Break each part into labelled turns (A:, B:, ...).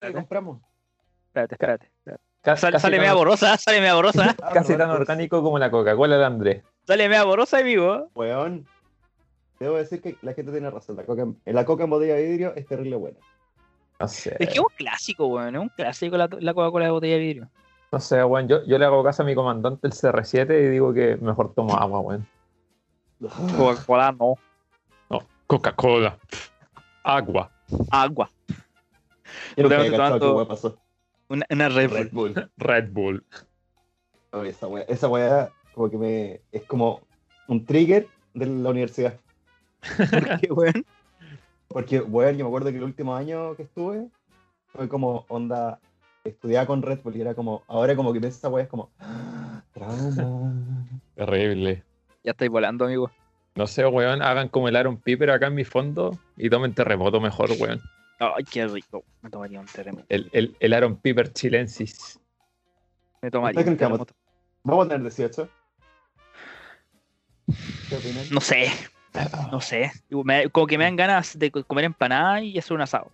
A: que compramos.
B: Espérate, espérate.
C: Casi,
B: Sale,
C: casi
B: sale media
C: tan,
B: borrosa, sale media borrosa.
A: Ah,
C: casi tan orgánico como la Coca-Cola de Andrés.
B: Sale media borrosa y vivo.
A: Weón. Debo decir que la gente tiene razón. La coca, la coca en botella de vidrio es terrible buena.
C: No sé.
B: Es que es un clásico, weón. Es un clásico la, la Coca-Cola de botella de vidrio.
C: No sé, weón. Yo, yo le hago caso a mi comandante el CR7 y digo que mejor tomo agua, weón.
B: Coca-Cola no.
D: Coca-Cola. Agua.
B: Agua.
A: Yo nunca
B: Te
A: había
B: vas
A: cachado
B: tomando-
A: qué wea pasó.
B: Una, una Red Bull.
A: Red Bull.
D: Red Bull.
A: Oye, esa weá, esa weá como que me, es como un trigger de la universidad.
B: Qué weón.
A: Porque, weón, yo me acuerdo que el último año que estuve fue como onda, estudiaba con Red Bull y era como, ahora como que pienso esa weá es como, "Ah, trauma.
D: Terrible.
B: Ya estáis volando, amigo.
D: No sé, weón. Hagan como el Aaron Piper acá en mi fondo y tomen terremoto mejor, weón.
B: Ay, qué rico. Me tomaría un terremoto.
D: El, el, el Aaron Piper chilensis.
B: Me tomaría
A: Está
B: un
A: que nos
B: terremoto.
A: Vamos a tener 18. ¿Qué opinan?
B: No sé. No sé. Digo, me- como que me dan ganas de co- comer empanada y hacer un asado.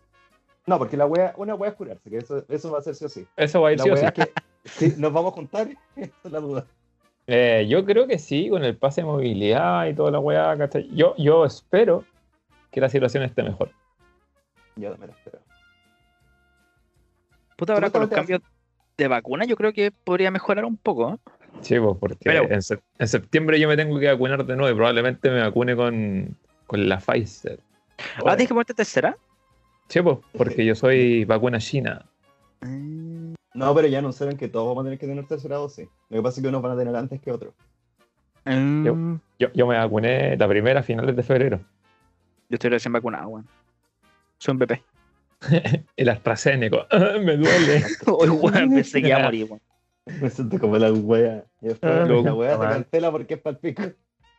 A: No, porque la weá, una weá es curarse, que eso, eso va a ser sí o sí.
D: Eso va a ir
A: La
D: sí o sí.
A: weá es que si nos vamos a juntar, esa es la duda.
C: Eh, yo creo que sí, con el pase de movilidad y toda la weá, ¿cachai? Yo, yo espero que la situación esté mejor.
A: Yo también espero.
B: Puta, ahora con los
A: Supuestamente
B: cambios de vacuna, yo creo que podría mejorar un poco. ¿eh?
C: Sí, pues, porque
B: Pero-
C: en, sep- en septiembre yo me tengo que vacunar de nuevo y probablemente me vacune con, con la Pfizer.
D: Oh.
B: Ah, tienes que ponerte tercera.
C: Sí, pues, porque yo soy vacuna china.
A: No, pero ya anunciaron que todos vamos a tener que tener tercera dosis. Lo que pasa es que unos van a tener antes que otros.
B: Mm.
C: Yo-
B: Yo
C: Yo, yo me vacuné la primera a finales de febrero.
B: estoy recién vacunado, weón. Soy un bebé.
C: El AstraZeneca. me duele.
B: Hoy, weón, pensé que iba a morir, weón.
A: Me siento como la wea. Y después
C: Ah,
A: la
C: loco,
A: wea se
C: mal.
A: cancela porque es pa'l pico.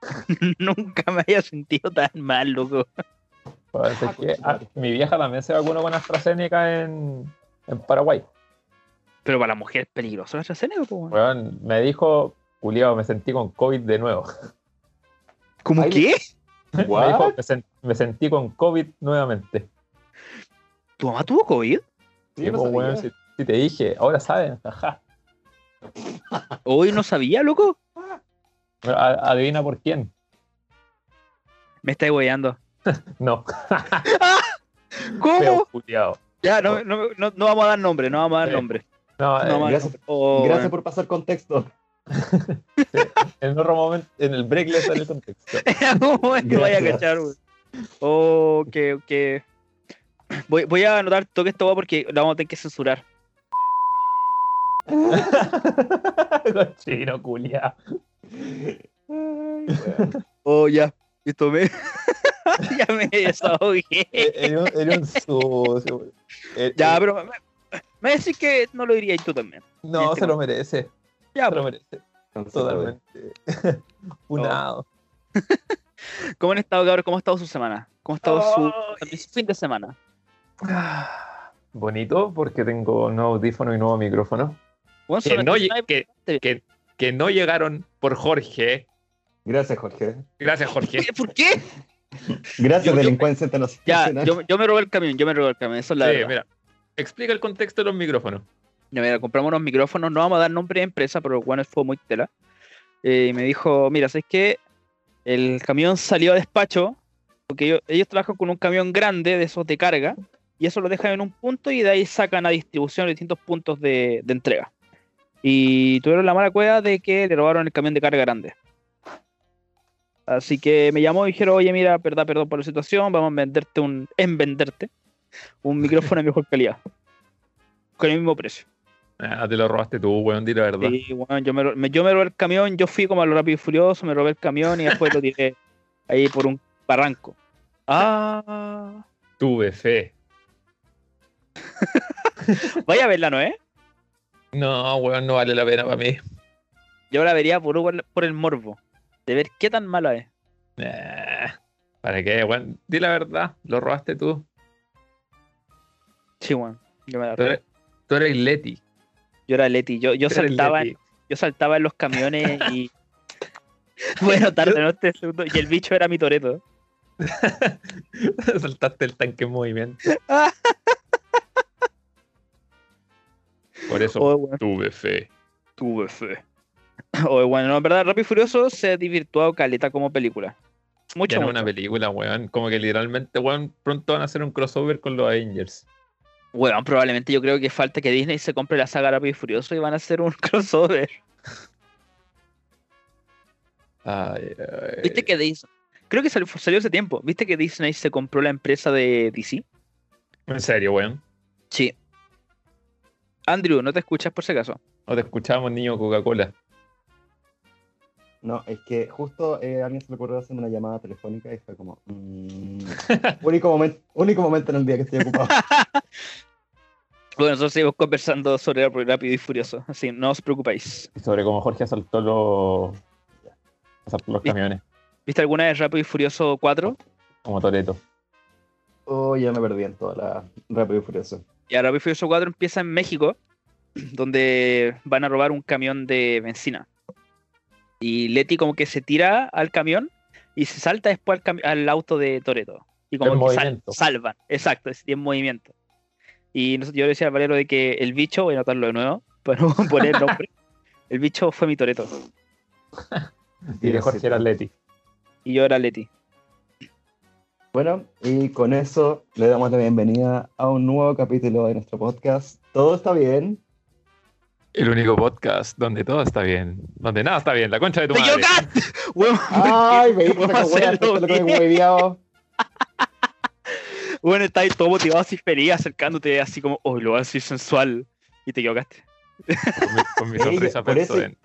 B: Nunca me había sentido tan mal, loco.
C: Parece que- ah,
A: Ah, conchetumare.
C: mi vieja también se vacunó con AstraZeneca en, en Paraguay.
B: Pero para la mujer es peligroso AstraZeneca, po, weón.
C: Weón, me dijo, Juliado, me sentí con COVID de nuevo.
B: ¿Cómo
A: Ay,
B: qué?
C: Me dijo,
A: What?
C: me, sen- me sentí con COVID nuevamente.
B: ¿Tu mamá tuvo COVID?
A: Sí,
C: Y
A: no
C: po,
A: sabía.
C: weón, si, si te dije, ahora saben, ajá.
B: Hoy no sabía, loco.
C: Bueno, a- adivina por quién.
B: Me estáis weyando.
C: No, feo,
B: ¿Cómo?
C: Juliado.
B: Ya, no, no, no, no vamos a dar nombre, no vamos a dar
C: Sí.
B: nombre.
C: No,
B: No vamos a dar
A: gracias-
B: nombre. Oh,
A: Gracias
B: weón.
A: por pasar contexto.
C: en otro momento, en el break le sale el contexto.
B: ¿Cómo es que Oh, vaya a
A: Gracias.
B: cachar, weón? Oh, que, que. Voy, voy a anotar toque esta weá porque la vamos a tener que censurar.
C: Cochino, culiao.
A: Weón.
B: Oh, ya. Listo, me. ya me desahogué.
C: Era un- era un sucio. Eh,
B: Eh, Ya,
C: eh,
B: pero me, me voy a decir que no lo dirías tú también.
C: No, se lo merece.
B: Ya,
C: Se lo merece.
A: eh,
C: Totalmente. Punado.
B: ¿Cómo han estado, cabrón? ¿Cómo ha estado su semana? ¿Cómo ha estado su,
D: Oh.
B: también su fin de semana?
C: Bonito porque tengo nuevo audífono y nuevo micrófono.
B: Weón,
D: Que
B: son
D: Eh, no,
B: las
D: lle-
B: 19,
D: que, que- que no llegaron por Jorge.
A: Gracias, Jorge.
D: Gracias, Jorge.
B: ¿Qué? ¿Por qué?
A: Gracias,
B: Yo- yo-
A: delincuencia
B: Ya,
A: internacional.
B: yo, yo me robé el camión, yo me robé el camión, eso es la
C: Sí,
B: verdad.
D: mira. Explica el contexto de los micrófonos.
B: Ya, mira, compramos unos micrófonos, no vamos a dar nombre de empresa, pero bueno, fue muy tela. Eh, y me dijo, mira, ¿sabes qué? El camión salió a despacho, porque ellos, ellos trabajan con un camión grande de esos de carga, y eso lo dejan en un punto y de ahí sacan a distribución a distintos puntos de, de entrega. Y tuvieron la mala cueva de que le robaron el camión de carga grande. Así que me llamó y dijeron, oye, mira, perdón, perdón por la situación, vamos a venderte un, en venderte un micrófono de mejor calidad, con el mismo precio.
D: Ah, te lo robaste tú, weón, di la verdad.
B: Sí, weón, yo me, ro- me- yo me robé el camión, yo fui como a lo rápido y furioso, me robé el camión y después lo tiré ahí por un barranco. Ah,
D: Tuve fe.
B: vaya a verla, ¿no eh?
D: No, weón, no vale la pena para mí.
B: Yo la vería por, un- por el morbo, de ver qué tan mala es.
D: Nah. ¿Para qué, weón? Di la verdad, lo robaste tú.
B: Sí, weón, yo me la
D: Tú
B: robé.
D: eres, tú eres Leti.
B: Yo era Leti, yo, yo
D: Tú eres
B: saltaba,
D: Leti.
B: yo saltaba en los camiones y bueno, tarde, no este segundo, y el bicho era mi toreto.
D: Saltaste el tanque en movimiento. Por eso
B: Oh, weón,
D: tuve fe.
B: tuve fe. Oh, bueno, no, en verdad, Rápido y Furioso se ha desvirtuado caleta como película. Mucho,
D: Ya no es
B: mucho.
D: una película, weón. Como que literalmente, weón, pronto van a hacer un crossover con los Avengers.
B: Bueno, probablemente yo creo que falta que Disney se compre la saga Rápido y Furioso y van a hacer un crossover.
D: Ay, ay.
B: ¿Viste que Disney? Creo que salió, salió hace tiempo. ¿Viste que Disney se compró la empresa de DC?
D: En serio, weón.
B: Sí. Andrew, no te escuchas por si acaso.
D: No te escuchábamos, niño Coca-Cola.
A: No, es que justo eh, alguien se le ocurrió hacerme una llamada telefónica y fue como. mm, único, momento, único momento en el día que estoy ocupado.
B: Bueno, nosotros seguimos conversando sobre Rápido y Furioso, así no os preocupéis.
C: Sobre cómo Jorge asaltó los, asaltó los
B: Sí.
C: camiones,
B: ¿Viste alguna de Rápido y Furioso 4?
C: como Toreto.
A: Oh, ya me perdí en toda la. Rápido y furioso.
B: Ya Rápido y Furioso 4 empieza en México, donde van a robar un camión de benzina. Y Leti como que se tira al camión y se salta después al, cami- al auto de Toreto. Y como
C: En
B: que sal-
C: movimiento.
B: salvan, exacto, es y en movimiento. Y nosotros- yo le decía al Valero de que el bicho, voy a anotarlo de nuevo, para no poner el nombre. El bicho fue mi Toreto
C: Y de Jorge era Atleti.
B: y yo era Leti.
A: Bueno, y con eso le damos la bienvenida a un nuevo capítulo de nuestro podcast. Todo está bien.
D: El único podcast donde todo está bien. Donde nada está bien. La concha de tu
B: ¡Te
D: madre.
B: equivocaste! Weón,
C: Ah.
A: ¡Ay, me
B: ¿Cómo
A: dijo que
B: hacerlo
A: hueá, esto lo que
B: bien?
A: me hueviao.
B: Bueno, está ahí todo motivado, así feliz, acercándote, así como, oh, lo voy a decir sensual. Y te equivocaste.
D: Con mi, con mi
A: Sí,
D: sonrisa
A: por eso-
D: persuadente.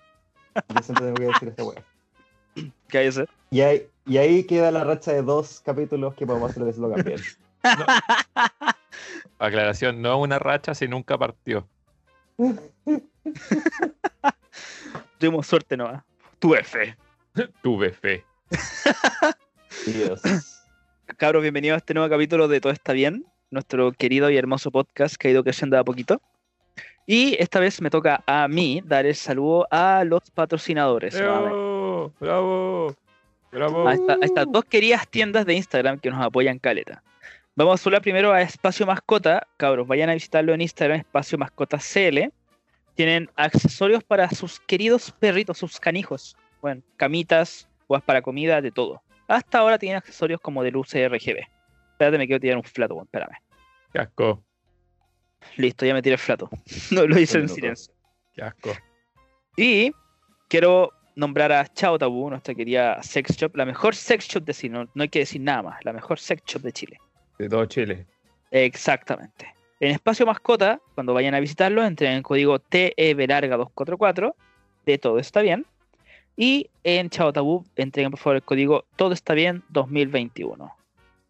A: Yo siempre tengo que decir esta hueá.
B: ¿Qué hay que hacer?
A: Y ahí, y ahí queda la racha de dos capítulos que podemos hacer de Slogan bien.
D: Aclaración, no una racha si nunca partió.
B: Tuvimos suerte nomás. Tuve fe.
D: Tuve fe.
A: Dios.
B: Cabros, bienvenidos a este nuevo capítulo de Todo Está Bien, nuestro querido y hermoso podcast que ha ido creciendo de a poquito. Y esta vez me toca a mí dar el saludo a los patrocinadores. nuevamente.
D: ¡Bravo! ¡Bravo! ¡Bravo!
B: a, esta- a estas dos queridas tiendas de Instagram que nos apoyan caleta. Vamos a hablar primero a Espacio Mascota. Cabros, vayan a visitarlo en Instagram, Espacio Mascota CL. Tienen accesorios para sus queridos perritos, sus canijos. Bueno, camitas, guas para comida, de todo. Hasta ahora tienen accesorios como de luces RGB. Espérate, me quiero tirar un flato, bueno, espérame.
D: ¡Qué asco!
B: Listo, ya me tiré el flato. No lo hice en
A: minutos.
B: silencio.
D: ¡Qué asco!
B: Y quiero nombrar a Chao Tabú, nuestra querida sex shop, la mejor sex shop de Chile, no, no hay que decir nada más, la mejor sex shop de Chile.
D: De todo Chile.
B: Exactamente. En Espacio Mascota, cuando vayan a visitarlo, entren en el código E TEBLARGA244 de Todo Está Bien. Y en Chao Tabú, entreguen por favor el código Todo Está Bien 2021.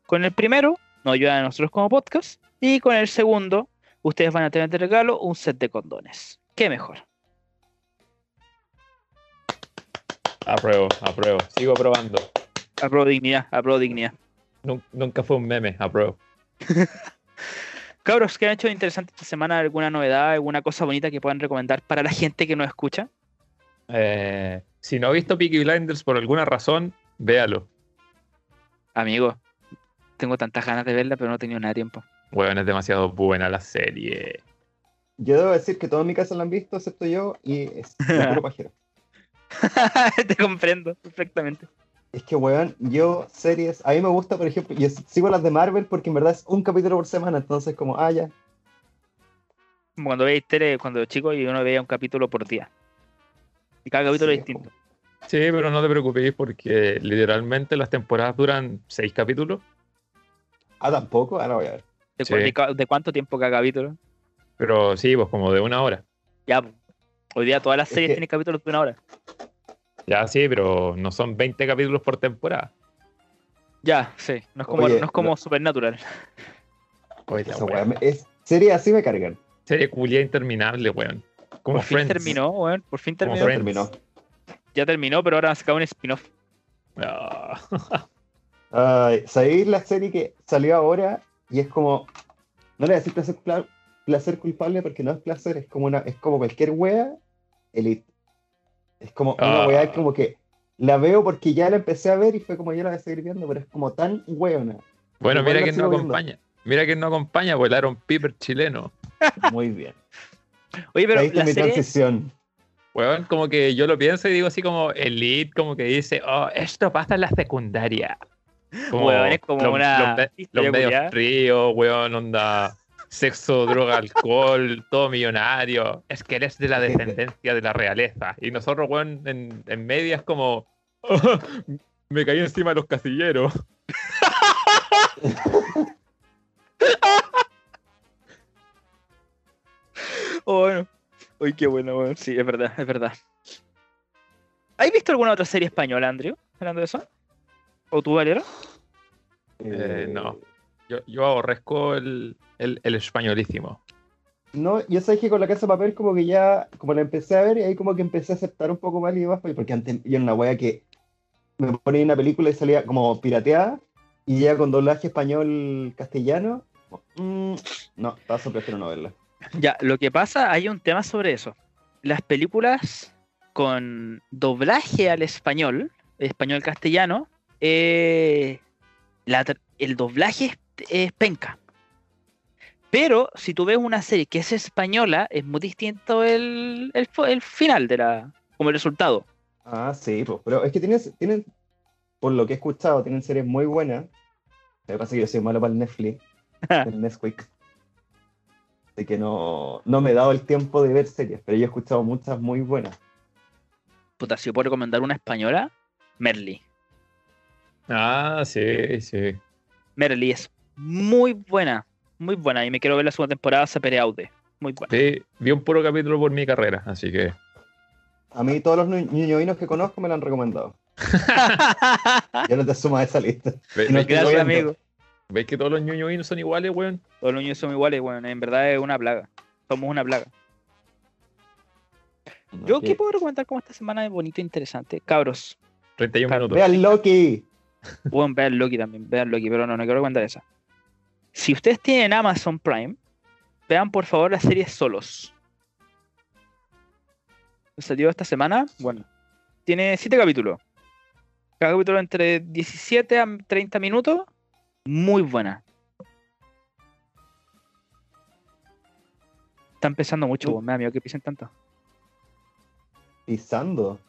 B: Con el primero, nos ayudan a nosotros como podcast. Y con el segundo, ustedes van a tener de regalo un set de condones. Qué mejor.
D: Apruebo, apruebo. Sigo probando.
B: Apro dignidad, apro dignidad.
D: Nun- Nunca fue un meme, apruebo.
B: Cabros, ¿qué han hecho de interesante esta semana? ¿Alguna novedad? ¿Alguna cosa bonita que puedan recomendar para la gente que no escucha?
D: Eh, si no ha visto Peaky Blinders por alguna razón, véalo.
B: Amigo, tengo tantas ganas de verla, pero no he tenido nada de tiempo.
D: Weón, es demasiado buena la serie.
A: Yo debo decir que todos en mi casa lo han visto, excepto yo, y es de puro pajero.
B: Te comprendo perfectamente.
A: Es que, weón, yo series, a mí me gusta, por ejemplo, yo sigo las de Marvel porque en verdad es un capítulo por semana, entonces como, ah, ya,
B: Como cuando veis tele cuando chico y uno veía un capítulo por día. Y cada
A: Sí,
B: capítulo es distinto.
D: Sí, pero no te preocupes porque literalmente las temporadas duran seis capítulos.
A: ah, tampoco, ahora voy a ver.
B: ¿De,
D: Sí.
B: cu- de ca- de cuánto tiempo cada capítulo?
D: Pero sí, pues como de una hora.
B: Ya, po. hoy día todas las
A: Es
B: series
A: que-
B: tienen capítulos de una hora.
D: Ya sí, pero no son 20 capítulos por temporada.
B: Ya, sí. No es como,
A: Oye,
B: no es como
A: lo-
B: Supernatural.
D: Oye, la
A: Esa
D: weá.
A: weá me- es, series así me cargan.
D: Serie culia interminable, weón. Como
B: Por fin
D: Friends.
B: terminó, weón. Por fin
D: Como
B: terminó.
D: Friends.
A: Terminó.
B: Ya terminó, pero ahora han sacado un spin-off.
D: Ah,
A: Ay, ¿sabéis la serie que salió ahora? Y es como, no le voy a decir placer, cla- placer culpable porque no es placer, es como, una, es como cualquier wea, elite. Es como una
D: Ah.
A: wea como que la veo porque ya la empecé a ver y fue como yo la voy a seguir viendo, pero es como tan weona.
D: bueno,
A: Igual
D: mira
A: la
D: que no pues,
A: sigo viendo.
D: acompaña. Mira que no acompaña, volaron Piper chileno.
A: Muy bien.
B: Oye, pero
A: Caíste
B: la
A: en mi
B: serie,
A: transición.
D: Weón, como que yo lo pienso y digo así como elite, como que dice, oh, esto pasa en la secundaria.
B: Weón, es como
D: los-
B: una
D: Los, me-
B: historia
D: los medios
B: culiá.
D: fríos, weón, onda. Sexo, droga, alcohol, todo millonario. Es que eres de la descendencia de la realeza. Y nosotros, weón, en, en media es como. "Oh, me caí encima de los casilleros.
B: Oh, bueno. Uy, qué bueno, weón. Sí, es verdad, es verdad. ¿Has visto alguna otra serie española, Andrew? Hablando de eso. ¿O tú, Valero?
D: Eh, no. Yo, yo aborrezco el, el, el españolísimo.
A: No, yo sabes que con la casa de papel como que ya, como la empecé a ver, y ahí como que empecé a aceptar un poco más y más, porque antes yo era una wea que me ponía una película y salía como pirateada, y ya con doblaje español castellano, mm, no, paso, prefiero no verla.
B: Ya, lo que pasa, hay un tema sobre eso. Las películas con doblaje al español, español castellano, eh, la tra- el doblaje es, es penca. Pero si tú ves una serie que es española, es muy distinto el, el fo- el final de la, como el resultado.
A: Ah, sí, po, pero es que tienes, tienen, por lo que he escuchado, tienen series muy buenas. Lo que pasa es que yo soy malo para el Netflix, el Nesquik. Así que no, no me he dado el tiempo de ver series, pero yo he escuchado muchas muy buenas.
B: Puta, si yo puedo recomendar una española, Merly.
D: Ah, sí, sí.
B: Merly es muy buena, muy buena. Y me quiero ver la segunda temporada, se Aude. Muy buena.
D: Sí, vi un puro capítulo por mi carrera, así que.
A: A mí todos los ni- niñoinos que conozco me la han recomendado. Ya no te sumas a esa lista.
D: Ve-
A: No,
D: ¿Veis que,
A: claro.
B: Gracias,
A: Estoy
B: amigo.
D: veis que todos los ñoñoínos son iguales, weón?
B: Todos los niños son iguales, bueno, en verdad es una plaga. Somos una plaga. Yo, ¿qué puedo recomendar como esta semana es bonito e interesante? Cabros,
D: 31
B: Claro.
D: minutos.
A: Vean Loki.
B: pueden ver Loki también, vean Loki, pero no, no quiero recomendar esa. Si ustedes tienen Amazon Prime, vean por favor la serie Solos. Salió esta semana, bueno, tiene 7 capítulos. Cada capítulo entre 17 a 30 minutos, muy buena. Están pensando mucho, weón, me da miedo que pisen tanto.
A: Pisando.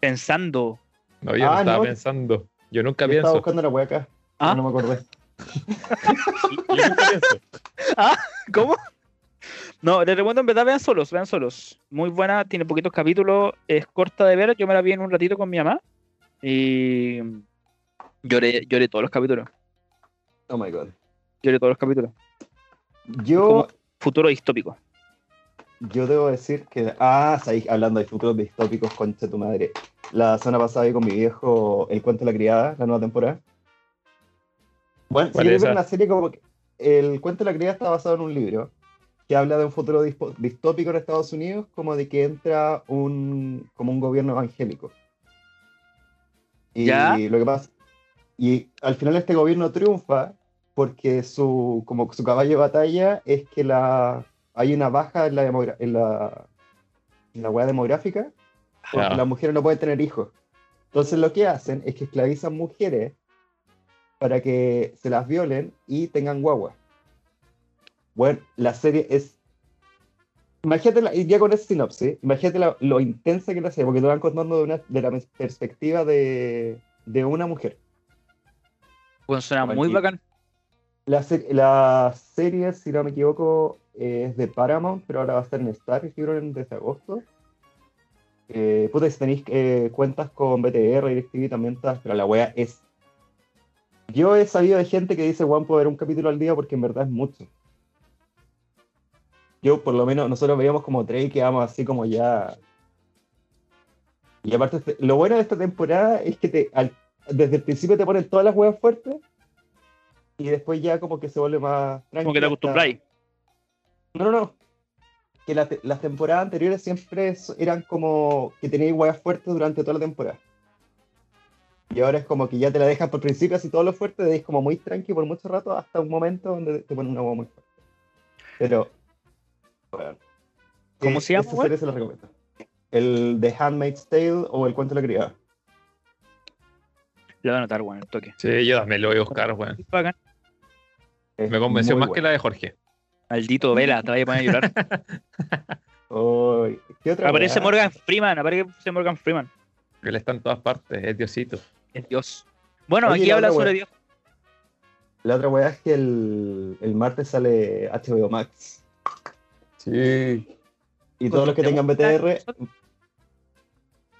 B: Pensando.
D: No, yo no
A: Ah,
D: estaba
A: no.
D: pensando. Yo nunca
A: Yo estaba
D: pienso.
A: buscando la hueá acá.
B: Ah.
A: No me acordé.
D: Yo nunca pienso.
B: ¿Cómo? No, les recomiendo en verdad vean solos, vean solos. Muy buena, tiene poquitos capítulos, es corta de ver. Yo me la vi en un ratito con mi mamá y lloré, lloré todos los capítulos.
A: Oh my god.
B: Lloré todos los capítulos.
A: Yo,
B: Futuro distópico.
A: yo debo decir que. Ah, sabéis, hablando de futuros distópicos, concha tu madre. La semana pasada vi con mi viejo El cuento de la criada, la nueva temporada. Bueno, si
D: ¿Cuál
A: quieres
D: es
A: ver
D: esa?
A: una serie como. que- El cuento de la criada está basado en un libro que habla de un futuro dispo- distópico en Estados Unidos, como de que entra un, como un gobierno evangélico. Y
B: ¿Ya?
A: lo que pasa. Y al final este gobierno triunfa porque su, como su caballo de batalla es que la, hay una baja en la, demogra- en la, en la hueá demográfica porque
D: Ah.
A: las mujeres no pueden tener hijos. Entonces lo que hacen es que esclavizan mujeres para que se las violen y tengan guagua. Bueno, la serie es... Imagínate, la, y ya con esa sinopsis, imagínate la- lo intensa que es la serie, porque te lo van contando de, una, de la perspectiva de, de una mujer.
B: Bueno, suena
A: Bueno,
B: muy
A: y-
B: bacán.
A: La, se- la serie, si no me equivoco, es de Paramount, pero ahora va a estar en Star, yo creo, en- desde agosto. Eh, puta, y si tenéis eh, cuentas con BTR, DirecTV también está, pero la wea es... Yo he sabido de gente que dice, Juan, puedo ver un capítulo al día porque en verdad es mucho. Yo, por lo menos, nosotros veíamos como tres y quedamos así como ya... Y aparte, este- lo bueno de esta temporada es que te, al- desde el principio te ponen todas las weas fuertes y después ya como que se vuelve más tranquilo.
B: Como que te acostumbráis.
A: No, no, no. Que la te- las temporadas anteriores siempre so- eran como que tenías huevas fuertes durante toda la temporada. Y ahora es como que ya te la dejan por principio así todo lo fuerte, te dejas como muy tranqui por mucho rato hasta un momento donde te ponen una hueá muy fuerte. Pero, bueno.
B: ¿Cómo
A: Eh,
B: se llama,
A: esa
B: weón?
A: serie se la recomiendo. El The Handmaid's Tale o El Cuento de la Criada.
B: Lo voy a anotar, bueno, el toque.
D: Sí, yo también lo voy a buscar, weón.
B: Muy bacán.
A: Es
D: Me convenció
A: muy
D: más que
A: buena.
D: la de Jorge.
B: Maldito Vela, te vaya a poner a llorar.
A: ¿Qué otra
B: Aparece
A: weá?
B: Morgan Freeman, aparece Morgan Freeman.
D: Él está en todas partes, es Diosito.
B: Es Dios. Bueno,
A: Oye,
B: aquí
A: la
B: habla
A: otra
B: sobre
A: wea.
B: Dios.
A: La otra weá es que el, el martes sale HBO Max.
C: Sí.
A: Y todos los que tengan BTR,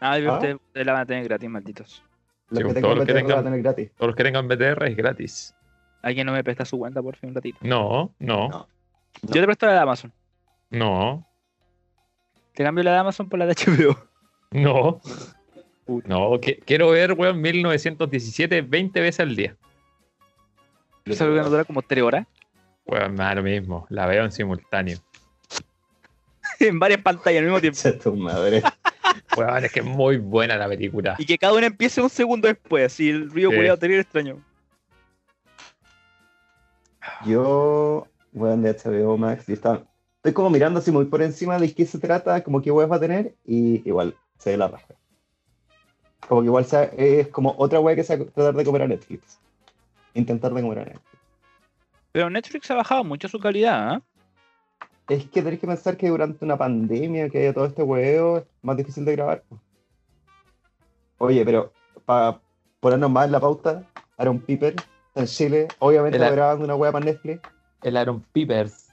B: Ah,
A: ¿Ah?
B: ustedes ustedes la van a tener gratis, malditos.
A: los
D: Sí,
A: que
D: pues,
A: tengan
D: todos los
A: BTR la
D: que
A: van a
D: tengan-
A: tener gratis.
D: Todos los que tengan BTR es gratis.
B: Alguien no me presta su cuenta, por fin, un ratito.
D: No,
A: No.
D: no, no.
B: Yo te presto la de Amazon.
D: No,
B: Te cambio la de Amazon por la de HBO.
D: no.
B: Puta.
D: que- quiero ver, weón, 1917 20 veces al día.
B: Esa creo que nos dura como 3 horas.
D: Weón, me da lo mismo. La veo en simultáneo.
B: en varias pantallas al mismo tiempo.
A: Concha de tu madre.
D: Weón, es que es muy buena la película.
B: Y que cada una empiece un segundo después. Y el río
D: Sí.
B: culiado te extraño.
A: Yo, weón, de HBO Max, yo estaba- estoy como mirando así muy por encima de qué se trata, como qué weas va a tener, y igual, se ve la raja. Como que igual se- es como otra wea que se va a tratar de comer a Netflix. Intentar de comer a Netflix.
B: Pero Netflix ha bajado mucho su calidad, ¿ah?
A: Es que tenés que pensar que durante una pandemia que haya todo este huevo, es más difícil de grabar. po. Oye, pero para ponernos más en la pauta, Aaron Piper está en Chile, obviamente
C: El
A: está
C: a-
A: grabando una hueá para Netflix.
C: El Aaron Pipers.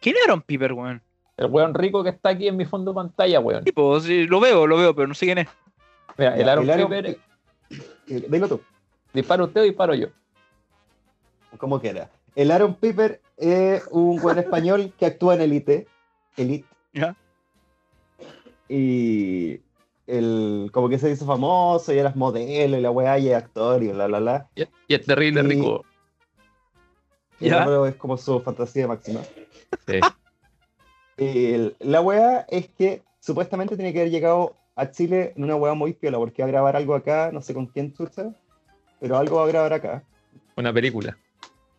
B: ¿Quién es Aaron Piper, weón?
C: El weón rico que está aquí en mi fondo de pantalla, weón.
B: Tipo, sí, lo veo, lo veo, pero no sé quién es.
C: Mira, el
A: Ya,
C: Aaron,
A: el Aaron
C: Piper.
A: Eh, Dilo tú,
C: Disparo usted o disparo yo.
A: como quiera. El Aaron Piper es un buen español que actúa en Elite. Elite.
B: Ya.
A: Y el, como que se hizo famoso y eras modelo y la weá y es actor y bla bla bla.
D: Y, y es terrible
A: Y-
D: rico.
A: Y
B: Ya.
A: Álvaro es como su fantasía máxima.
D: Sí.
A: El- la weá es que supuestamente tiene que haber llegado a Chile en una weá muy piola, porque va a grabar algo acá, no sé con quién chucha, pero algo va a grabar acá.
D: Una película.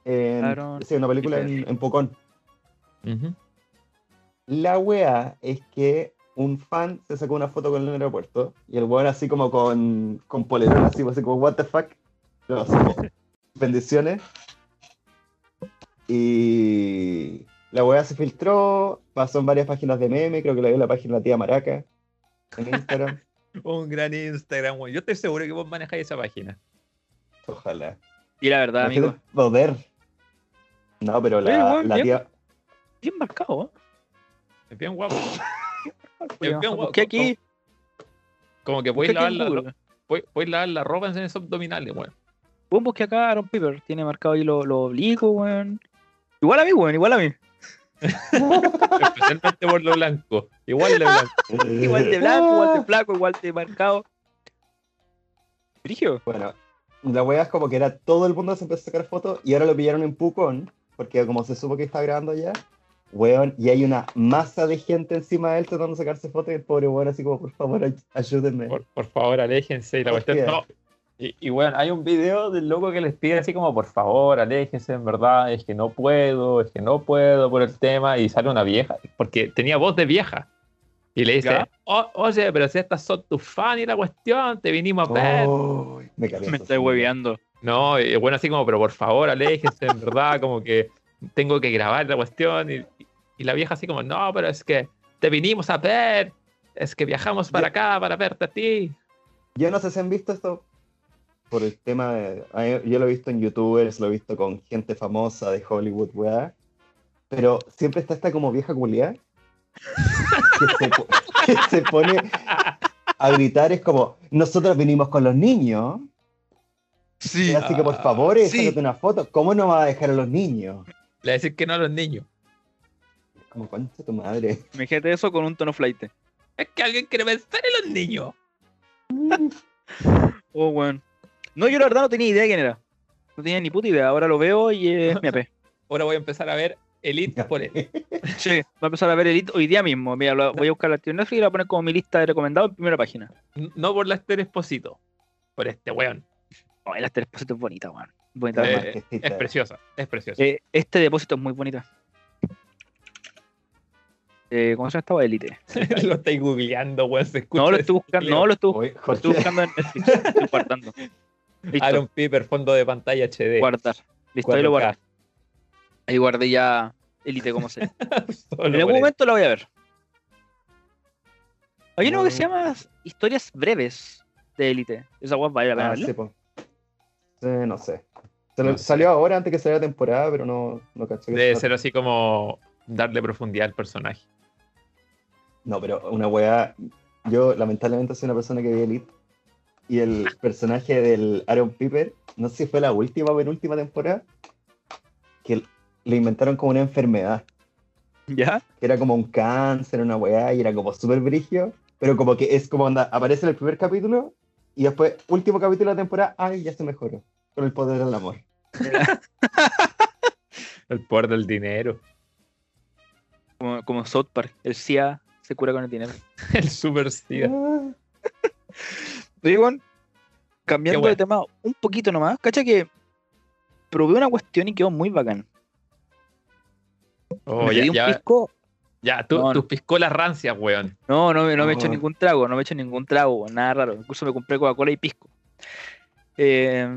A: En,
B: Claro.
A: sí, una película en, en Pocón.
D: Ujú.
A: La weá es que un fan se sacó una foto con él en el aeropuerto y el weón así como con, con polerón, así, así como, what the fuck. Lo sacó. Bendiciones. Y la weá se filtró, pasó en varias páginas de meme, creo que la vio en la página de la tía Maraca en Instagram.
D: Un gran Instagram, weón. Yo estoy seguro que vos manejáis esa página.
A: Ojalá.
B: Y la verdad,
A: Imagínate
B: amigo.
A: poder. No, pero la,
B: Oye, weón,
A: la
B: bien.
A: tía.
B: Bien marcado, ¿ah?
D: Es bien guapo.
B: ¿eh?
D: bien guapo.
B: Busqué aquí.
D: Como que
B: Busqué
D: podéis
B: aquí
D: lavar,
B: en
D: la,
B: Google.
D: ro- podéis- podéis lavar la ropa en esos abdominales, weón.
B: Weón, busqué acá Aaron Piper. Tiene marcado ahí los lo oblicuos, weón. Igual a mí, weón, igual a mí.
D: Especialmente por lo blanco. Igual de blanco.
B: Igual de blanco, igual de flaco, igual de marcado. Brigio.
A: Bueno, la wea es como que era todo el mundo se empezó a sacar fotos y ahora lo pillaron en Pucón, porque como se supo que está grabando ya, weón, y hay una masa de gente encima de él tratando de sacarse fotos y el pobre weón así como, por favor, ay- ayúdenme.
D: Por, por favor, aléjense y la cuestión. No,
C: Y, y bueno, hay un video del loco que les pide así como, por favor, aléjense, en verdad, es que no puedo, es que no puedo por el tema, y sale una vieja.
D: porque tenía voz de vieja. Y le dice,
B: Ya.
D: "O- oye, pero si estas son tus fans y la cuestión, te vinimos a ver.
A: Oh, me caliento.
B: Me estoy hueveando.
D: No, y bueno, así como, pero por favor, aléjense, en verdad, como que tengo que grabar la cuestión. Y, y la vieja así como, no, pero es que te vinimos a ver. Es que viajamos para acá para verte a ti.
A: Yo no sé si han visto esto por el tema de- a mí- Yo lo he visto en youtubers, lo he visto con gente famosa de Hollywood, weá. Pero siempre está esta como vieja culiá que, se, po- que se pone a gritar. Es como, nosotros vinimos con los niños,
B: Sí.
A: así que por favor,
D: Ah,
B: sí.
A: sácate una foto. ¿Cómo no va a dejar a los niños?
D: Le decir que no a los niños.
A: Como, concha tu madre.
B: Imagínate eso con un tono flight.
D: Es que alguien quiere pensar en los niños.
B: Oh, weón. No, yo la verdad no tenía idea de quién era. No tenía ni puta idea. Ahora lo veo y eh, es mi AP.
D: Ahora voy a empezar a ver Elite por él.
B: Sí. Voy a empezar a ver Elite hoy día mismo. Mira, lo- voy a buscar la actividad Netflix y la voy a poner como mi lista de recomendados en primera página.
D: No por la Esther Esposito, por este weón.
B: Oh, las tres depósitos es bonita, weón. Bonita.
A: Está
D: Eh,
B: hermano.
A: marquesita.
D: Es preciosa, es preciosa.
B: Eh, este depósito es muy bonita. Eh, ¿Cómo se llama esta Elite?
D: lo estáis googleando, weón. Se escucha.
B: No, lo
D: ese
B: estoy buscando.
D: googleo.
B: No, lo estoy,
A: Oye,
B: lo estoy
A: Jorge,
B: buscando en Netflix. lo Estoy guardando. Listo,
D: Aaron Piper, fondo de pantalla HD.
B: guardar. Listo, ahí lo
D: 4K.
B: guardé. Ahí guardé ya Elite, como se.
D: Solo
B: En algún
D: por eso.
B: momento la voy a ver. Hay uno que se llama Historias Breves de Élite. Esa guapa vale la pena
A: Ah,
B: verla.
A: sí, po. Eh, no sé. Se
D: No
A: lo-
D: sé.
A: Salió ahora antes que saliera la temporada, pero no, no caché. que
D: Debe
A: se-
D: ser así como darle profundidad al personaje.
A: No, pero una weá. Yo lamentablemente soy una persona que vi Elite. Y el personaje del Aaron Piper, no sé si fue la última o penúltima temporada, que l- le inventaron como una enfermedad.
B: ¿Ya?
A: Que era como un cáncer, una weá, y era como súper brigio. Pero como que es como onda, aparece en el primer capítulo y después, último capítulo de la temporada, ay, ya se mejoró. Con el poder del amor.
D: El poder del dinero.
B: Como, como en South Park. El CIA se cura con el dinero.
D: El super SIDA.
A: Ah.
B: Digo, cambiando
D: Qué bueno.
B: de tema un poquito nomás, cacha que probé una cuestión y quedó muy bacán.
D: Oh,
B: me
D: ya,
B: pedí un
D: ya,
B: pisco.
D: ya, tú,
B: No, no.
D: tus piscolas rancias, weón.
B: No, no, me- no me he hecho
A: Ah.
B: ningún trago, no me he hecho ningún trago, nada raro. Incluso me compré Coca-Cola y pisco. Eh,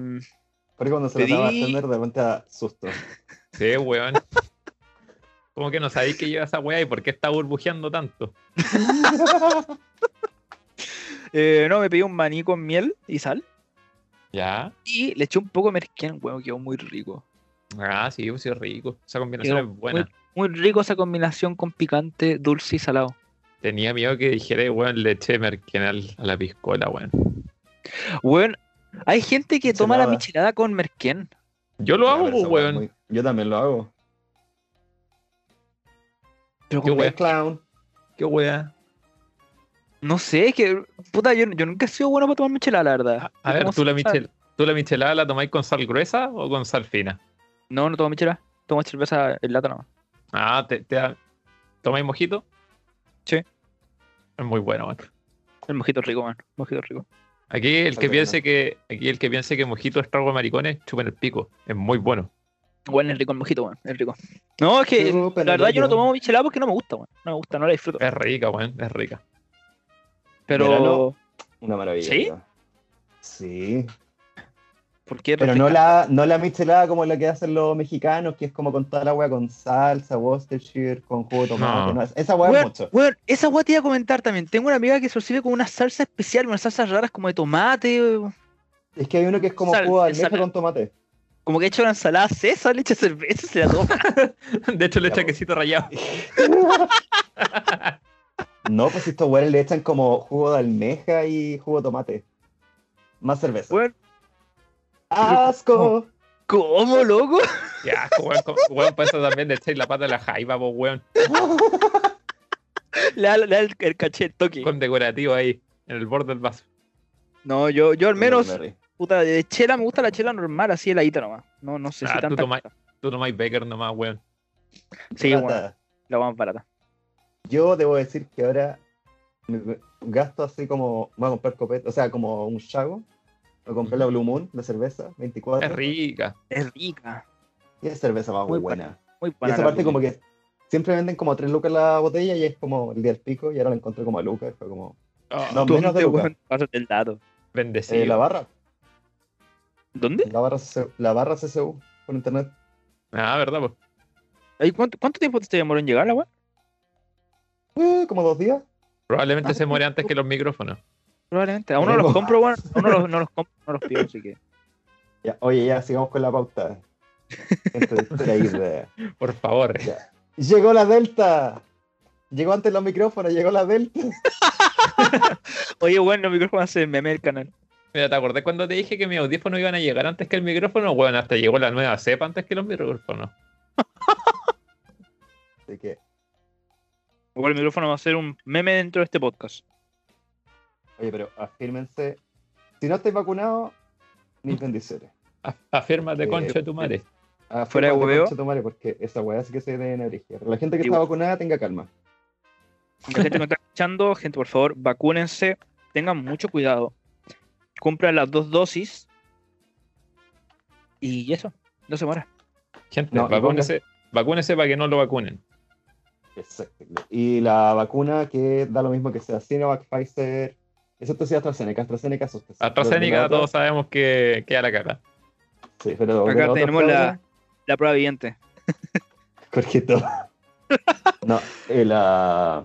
A: Porque cuando se
B: Pedí-
A: lo estaba haciendo, de repente da susto.
D: Sí, weón. Como que no sabéis que lleva esa weá y por qué está burbujeando tanto.
B: eh, no, me pedí un maní con miel y sal.
D: Ya.
B: Y le eché un poco de merquén, weón, quedó muy rico.
D: Ah, sí, pues sí, es rico. Esa combinación
B: Quedó
D: es buena.
B: muy- Muy rico esa combinación con picante, dulce y salado.
D: Tenía miedo que dijera, weón, le eché merquén al- a la piscola, weón.
B: Weón, hay gente que toma la
A: Michelada.
B: michelada con merquén.
D: Yo lo
A: Ya,
D: hago, pues,
A: pero esa weá es
D: weón.
A: muy- Yo también lo hago.
B: Pero
D: Qué
B: con
D: weá.
A: El clown.
D: Qué weá.
B: No sé, es que. Puta, yo, yo nunca he sido bueno para tomar michelada, la
D: A,
B: verdad.
D: a
B: Es
D: ver,
B: como
D: ¿tú la,
B: si- ah,
D: michel, ¿tú la michelada la tomáis con sal gruesa o con sal fina?
B: No, no tomo michelada. Tomo cerveza en lata nomás.
D: Ah, ¿te, te da- tomáis mojito?
B: Sí.
D: Es muy bueno, weón.
B: El mojito es rico, man. Mojito es rico.
D: Aquí el que
A: Vale,
D: piense que, aquí el que piense que mojito es trago de maricones, chupen el pico. Es muy bueno.
B: Bueno, es rico el mojito, weón. Es rico. No, es que.
A: Chupa el
B: La verdad, yo no
A: hoyo.
B: tomo michelada porque no me gusta, weón. No me gusta, no la disfruto.
D: Es rica, weón. Es rica.
B: Pero.
A: Míralo. Una maravilla.
B: ¿Sí?
A: ¿no? Sí.
B: ¿Por qué?
A: Pero no
B: refresca?
A: la, no la michelada como la que hacen los mexicanos, que es como con toda la hueá con salsa, Worcestershire, con jugo de tomate.
D: No.
A: no, esa hueá es
B: Weón,
A: mucho.
B: weón, esa weá te iba a comentar también. Tengo una amiga que se lo sirve con una salsa especial, unas salsas raras como de tomate, weón.
A: Es que hay uno que es como
B: Sal-
A: jugo de
B: es
A: almeja
B: sal-
A: con tomate.
B: como que he hecho una ensalada César, le echa cerveza, y se la toma.
D: De hecho, le
A: Ya,
D: echa
A: po.
D: quesito rallado.
A: No, pues estos hueones le echan como jugo de almeja y jugo de tomate. Más cerveza.
B: Weón,
A: ¡Asco!
B: ¿Cómo, loco?
D: Qué asco, weón. Como- Weón, para eso también le echáis la pata a la jaiba, po, weón.
B: Le da, le da el, el caché el toque.
D: Con decorativo ahí, en el borde del vaso.
B: No, yo, yo al menos,
A: Mary.
B: puta, de chela me gusta la chela normal, así heladita nomás. No, no sé
D: Ah,
B: si
D: tú
B: tanta.
D: tomás-
B: cosa.
D: Tú tomáis Becker nomás, weón.
B: Sí,
A: Rata.
B: bueno, la más barata.
A: Yo debo decir que ahora me- gasto así como. Voy a comprar copete, o sea, como un shago. Me compré la Blue Moon de cerveza, 24.
D: Es rica.
B: Es rica,
A: Y es cerveza más
B: Muy
A: buena.
B: muy
A: Y
B: buena.
A: esa
B: la
A: parte,
B: Blue
A: como que siempre venden como a 3 lucas la botella y es como el día del pico. Y ahora la encontré como a lucas. Fue como.
D: Ah,
A: No,
B: Moon.
A: menos de
B: ¿Dónde,
A: lucas.
B: weón? Pásate el dato.
A: Eh,
D: Bendecido.
A: la barra,
B: ¿Dónde?
A: la barra, CCU, la barra CCU por internet.
D: Ah, ¿verdad? po?
B: Ay, ¿Cuánto, cuánto tiempo te demoró en llegar la weá?
A: Eh, como dos días.
D: Probablemente
B: Ah,
D: se muere antes que los micrófonos.
B: Probablemente. A uno los
A: Tenemos.
B: compro, weón. A uno los, no los compro, no los pido, así que.
A: Ya, oye, ya sigamos con la pauta. Gente distraída.
D: Por favor.
A: Llegó la Delta. Llegó antes los micrófonos, llegó la Delta.
B: Oye, bueno, los micrófonos hacen meme el canal.
D: Mira, ¿te acordás cuando te dije que mis audífonos iban a llegar antes que el micrófono? Bueno, hasta llegó la nueva cepa antes que los micrófonos.
A: Así que,
B: Igual el micrófono va a ser un meme dentro de este podcast.
A: oye, pero afírmense. Si no estáis vacunados, mis bendiciones.
D: A- Afírmate,
A: Eh,
D: concha de tu madre.
B: Fuera de
A: Afírmate,
B: hueveo.
A: concha tu madre, porque esa weá sí que se debe en origen. Pero la gente que
B: Sí,
A: está
B: bueno.
A: vacunada tenga calma.
B: La gente que nos está escuchando, gente, por favor, vacúnense, tengan mucho cuidado. Compran las dos dosis. Y eso, no se muera.
D: Gente,
A: No, y
D: vacúnese, vacúnese para que no lo vacunen.
A: Exacto. Y la vacuna que da lo mismo que sea Sinovac, Pfizer, excepto si AstraZeneca. AstraZeneca es usted.
D: AstraZeneca todos sabemos que queda la cara.
A: Sí, pero de
B: Acá
A: la otra
B: tenemos
A: prueba,
B: la, la prueba viviente.
A: Jorgito. no, eh, la,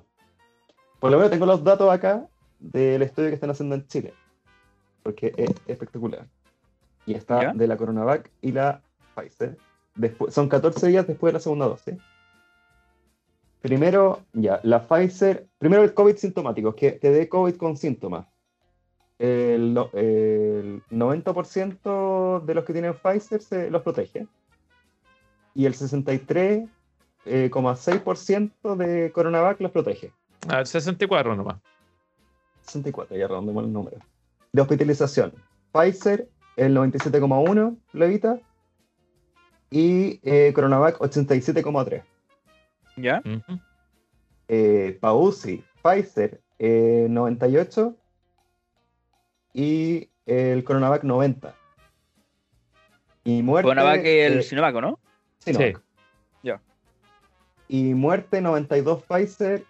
A: Por lo menos tengo los datos acá del estudio que están haciendo en Chile. Porque es espectacular. Y está
B: ¿Ya?
A: de la Coronavac y la Pfizer. Después, son 14 días después de la segunda dosis. Primero, ya, la Pfizer. Primero el COVID sintomático, que te dé COVID con síntomas. El, no- el 90% de los que tienen Pfizer se los protege. Y el eh, 63,6% de Coronavac los protege.
D: A 64 nomás.
A: 64, ya redondemos el número. De hospitalización, Pfizer el 97,1 lo evita y eh, Coronavac 87,3.
B: ¿Ya?
D: Ujú.
A: Eh, Pausi, Pfizer eh, 98 y el Coronavac 90. Y muerte.
B: Coronavac y el
A: eh,
B: Sinovac, ¿no?
A: Sinovac.
D: Sí.
B: Ya.
A: Y muerte 92 Pfizer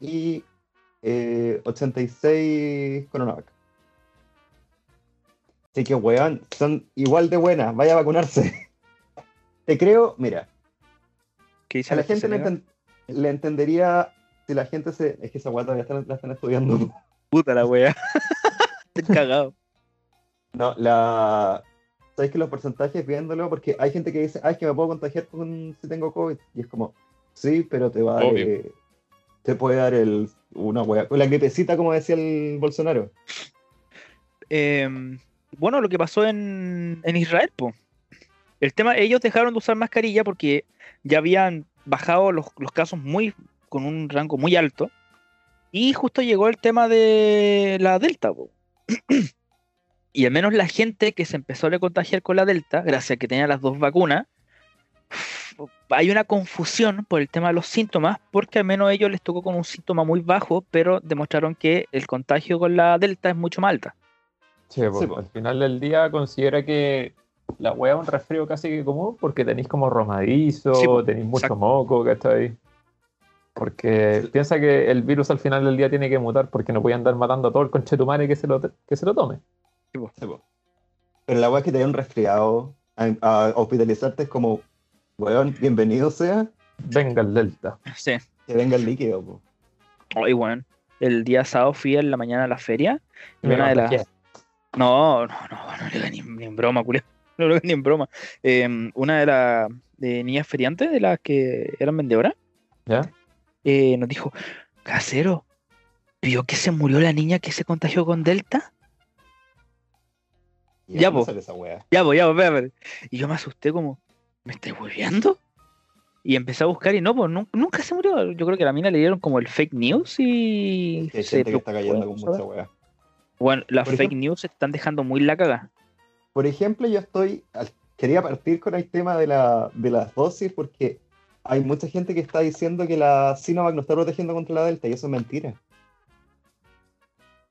A: y eh, 86 Coronavac. Así que, weón, son igual de buenas. Vaya a vacunarse. Te creo, mira,
B: ¿Qué dice
A: a la
B: el
A: gente le,
B: especialista?
A: enten- le entendería si la gente se. Es que esa weá todavía están- la están estudiando.
B: Puta la wea. Estoy cagado.
A: No, la. ¿Sabéis que los porcentajes viéndolo? Porque hay gente que dice, ay, es que me puedo contagiar con, si tengo COVID. Y es como, sí, pero te va a dar.
D: Obvio.
A: eh, te puede dar el, una hueá. La gripecita, como decía el Bolsonaro.
B: Eh, bueno, lo que pasó en, en Israel, po. El tema, ellos dejaron de usar mascarilla porque ya habían bajado los, los casos muy con un rango muy alto. Y justo llegó el tema de la Delta, po. Y al menos la gente que se empezó a contagiar con la Delta, gracias a que tenía las dos vacunas, hay una confusión por el tema de los síntomas, porque al menos a ellos les tocó con un síntoma muy bajo, pero demostraron que el contagio con la Delta es mucho más alta.
C: Che, po,
A: Sí, po.
C: pues, Al final del día considera que la hueá es un resfrío casi que común porque tenéis como romadizo,
B: Sí, po,
C: tenéis mucho
B: exacto.
C: moco, ¿cachai? Porque piensa que el virus al final del día tiene que mutar porque no puede andar matando a todo el conchetumare que se lo, que se lo tome.
A: Sí, po. Pero la hueá es que te da un resfriado a, a hospitalizarte es como, weón, bienvenido sea,
C: Venga el delta.
B: Sí.
A: que venga el líquido. po.
B: Hoy, weón. El día sábado fui en la mañana a la feria. Y
C: Me
B: una de las-
C: contagié.
B: No, no, no, no le hagas ni, ni en broma, culio. No le hagas ni en broma. Eh, una de las de niñas feriantes, de las que eran vendedoras,
C: ¿Ya?
B: eh, nos dijo: Casero, ¿vio que se murió la niña que se contagió con Delta?
A: ¿Y
B: Ya,
A: dónde
B: po.
A: sale esa hueá?
B: Ya, voy, ya, voy, espera, espera. Y yo me asusté como, ¿me estoy hueveando? Y empecé a buscar y no, pues nun- nunca se murió. Yo creo que a la mina le dieron como el fake news y.
A: Que hay
B: se
A: gente que está cayendo
B: preocupó,
A: con mucha hueá.
B: Bueno, las
A: Por
B: fake news están dejando muy la caga.
A: Por ejemplo, yo estoy. al- Quería partir con el tema de, la, de las dosis porque hay mucha gente que está diciendo que la Sinovac no está protegiendo contra la Delta y eso es mentira.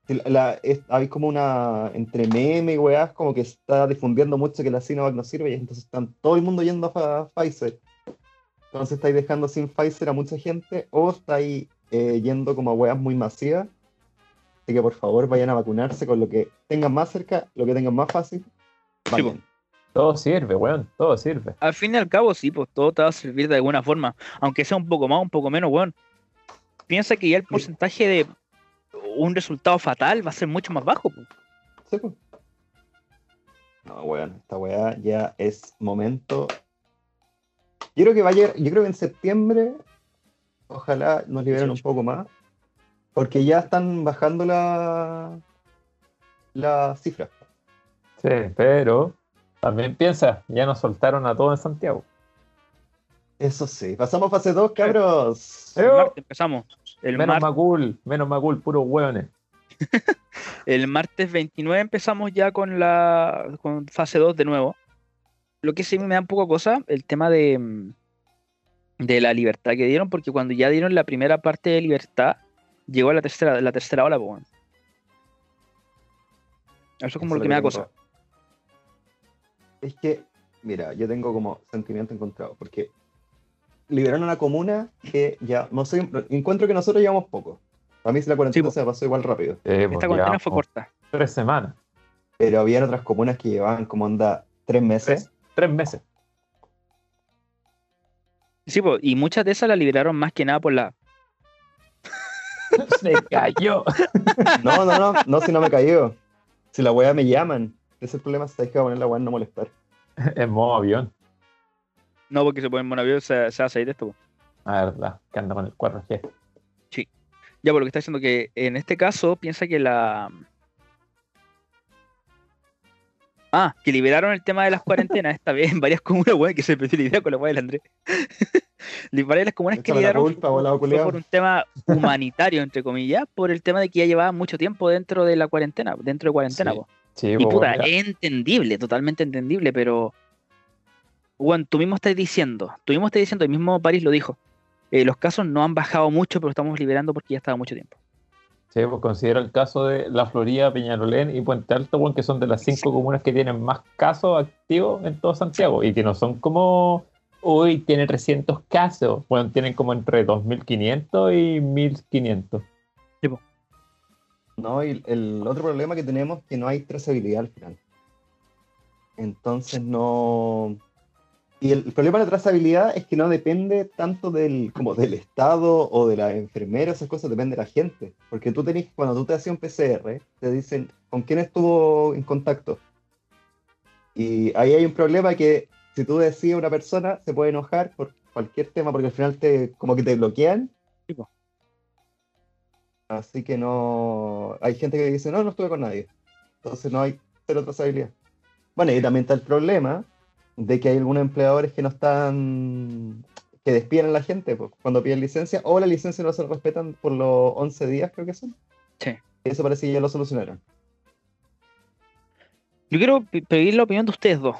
A: Si la- la- es- hay como una. Entre meme y weás, como que está difundiendo mucho que la Sinovac no sirve y entonces están todo el mundo yendo a, Fa- Pfizer. Entonces estáis dejando sin Pfizer a mucha gente o estáis eh, yendo como a weas muy masivas. Así que por favor vayan a vacunarse con lo que tengan más cerca, lo que tengan más fácil. Vayan.
C: Todo sirve, weón, todo sirve.
B: Al fin y al cabo, sí, pues todo te va a servir de alguna forma. Aunque sea un poco más, un poco menos, weón. Piensa que ya el porcentaje de un resultado fatal va a ser mucho más bajo. pues. po.
A: Sí, pues. po. No, weón, esta weá ya es momento. Yo creo que va a llegar- yo creo que en septiembre, ojalá nos liberen un poco más, porque ya están bajando la la cifra.
C: Sí, pero también piensa, ya nos soltaron a todos en Santiago.
A: Eso sí, pasamos fase 2, cabros.
B: El
C: Eo.
B: martes empezamos. El,
C: menos
B: mar-
C: Macul, menos Macul, puros hueones.
B: el martes 29 empezamos ya con la con fase 2 de nuevo. Lo que sí me da un poco cosa, el tema de, mm, de la libertad que dieron, porque cuando ya dieron la primera parte de libertad, llegó la tercera, la tercera ola, po, weón. Eso es como lo que me da cosa.
A: Es que, mira, yo tengo como sentimiento encontrado, porque liberaron a una comuna que ya, no sé, encuentro que nosotros llevamos poco. A mí la cuarentena
B: po.
A: se pasó igual rápido.
C: Eh, pues,
B: Esta cuarentena
C: llevamos
B: fue corta.
C: Tres semanas,
A: Pero habían otras comunas que llevaban como onda tres meses.
C: tres meses.
B: Sí, po, y muchas de esas las liberaron más que nada por la.
C: Se cayó.
A: No, no, no, no, si no me cayó. Si la weá me llaman, ese es el problema, si que va a poner la weá en no molestar.
C: En modo avión.
B: No, porque se pone en monoavión, se, se hace ir esto. po.
C: La Ah, verdad, que anda con el 4G.
B: Ya, por lo que está diciendo que en este caso piensa que la. Ah, que liberaron el tema de las cuarentenas esta vez en varias comunas, weón, que se metió la idea con la weá del Andrés. Li- varias de las comunas que
A: Échame la
B: liberaron
A: culpa, volado
B: fue
A: culiao.
B: por un tema humanitario, entre comillas, por el tema de que ya llevaba mucho tiempo dentro de la cuarentena, dentro de cuarentena,
C: Sí.
B: po.
C: Sí, pues,
B: Y
C: po,
B: puta, eh.
C: mira.
B: es entendible, totalmente entendible, pero. Juan, tú mismo estás diciendo, tú mismo estás diciendo, el mismo París lo dijo. eh, los casos no han bajado mucho, pero estamos liberando porque ya estaba mucho tiempo.
C: Sí, pues considero el caso de La Florida, Peñalolén y Puente Alto, weón, que son de las cinco comunas que tienen más casos activos en todo Santiago y que no son como hoy tiene 300 casos, bueno, tienen como entre 2.500 y 1.500.
A: No, y el otro problema que tenemos es que no hay trazabilidad al final. Entonces no. Y el, el problema de la trazabilidad es que no depende tanto del, como del estado o de la enfermera, esas cosas depende de la gente. Porque tú tenés, cuando tú te haces un PCR, te dicen con quién estuvo en contacto. Y ahí hay un problema que si tú decís a una persona, se puede enojar por cualquier tema, porque al final te como que te bloquean Así que no. Hay gente que dice, no, no estuve con nadie. Entonces no hay cero trazabilidad. Bueno, y también está el problema de que hay algunos empleadores que no están. que despiden a la gente po, cuando piden licencia, o la licencia no se respetan por los 11 días, creo que son.
B: Sí.
A: Eso parece que ya lo solucionaron.
B: Yo quiero pe- pedir la opinión de ustedes dos.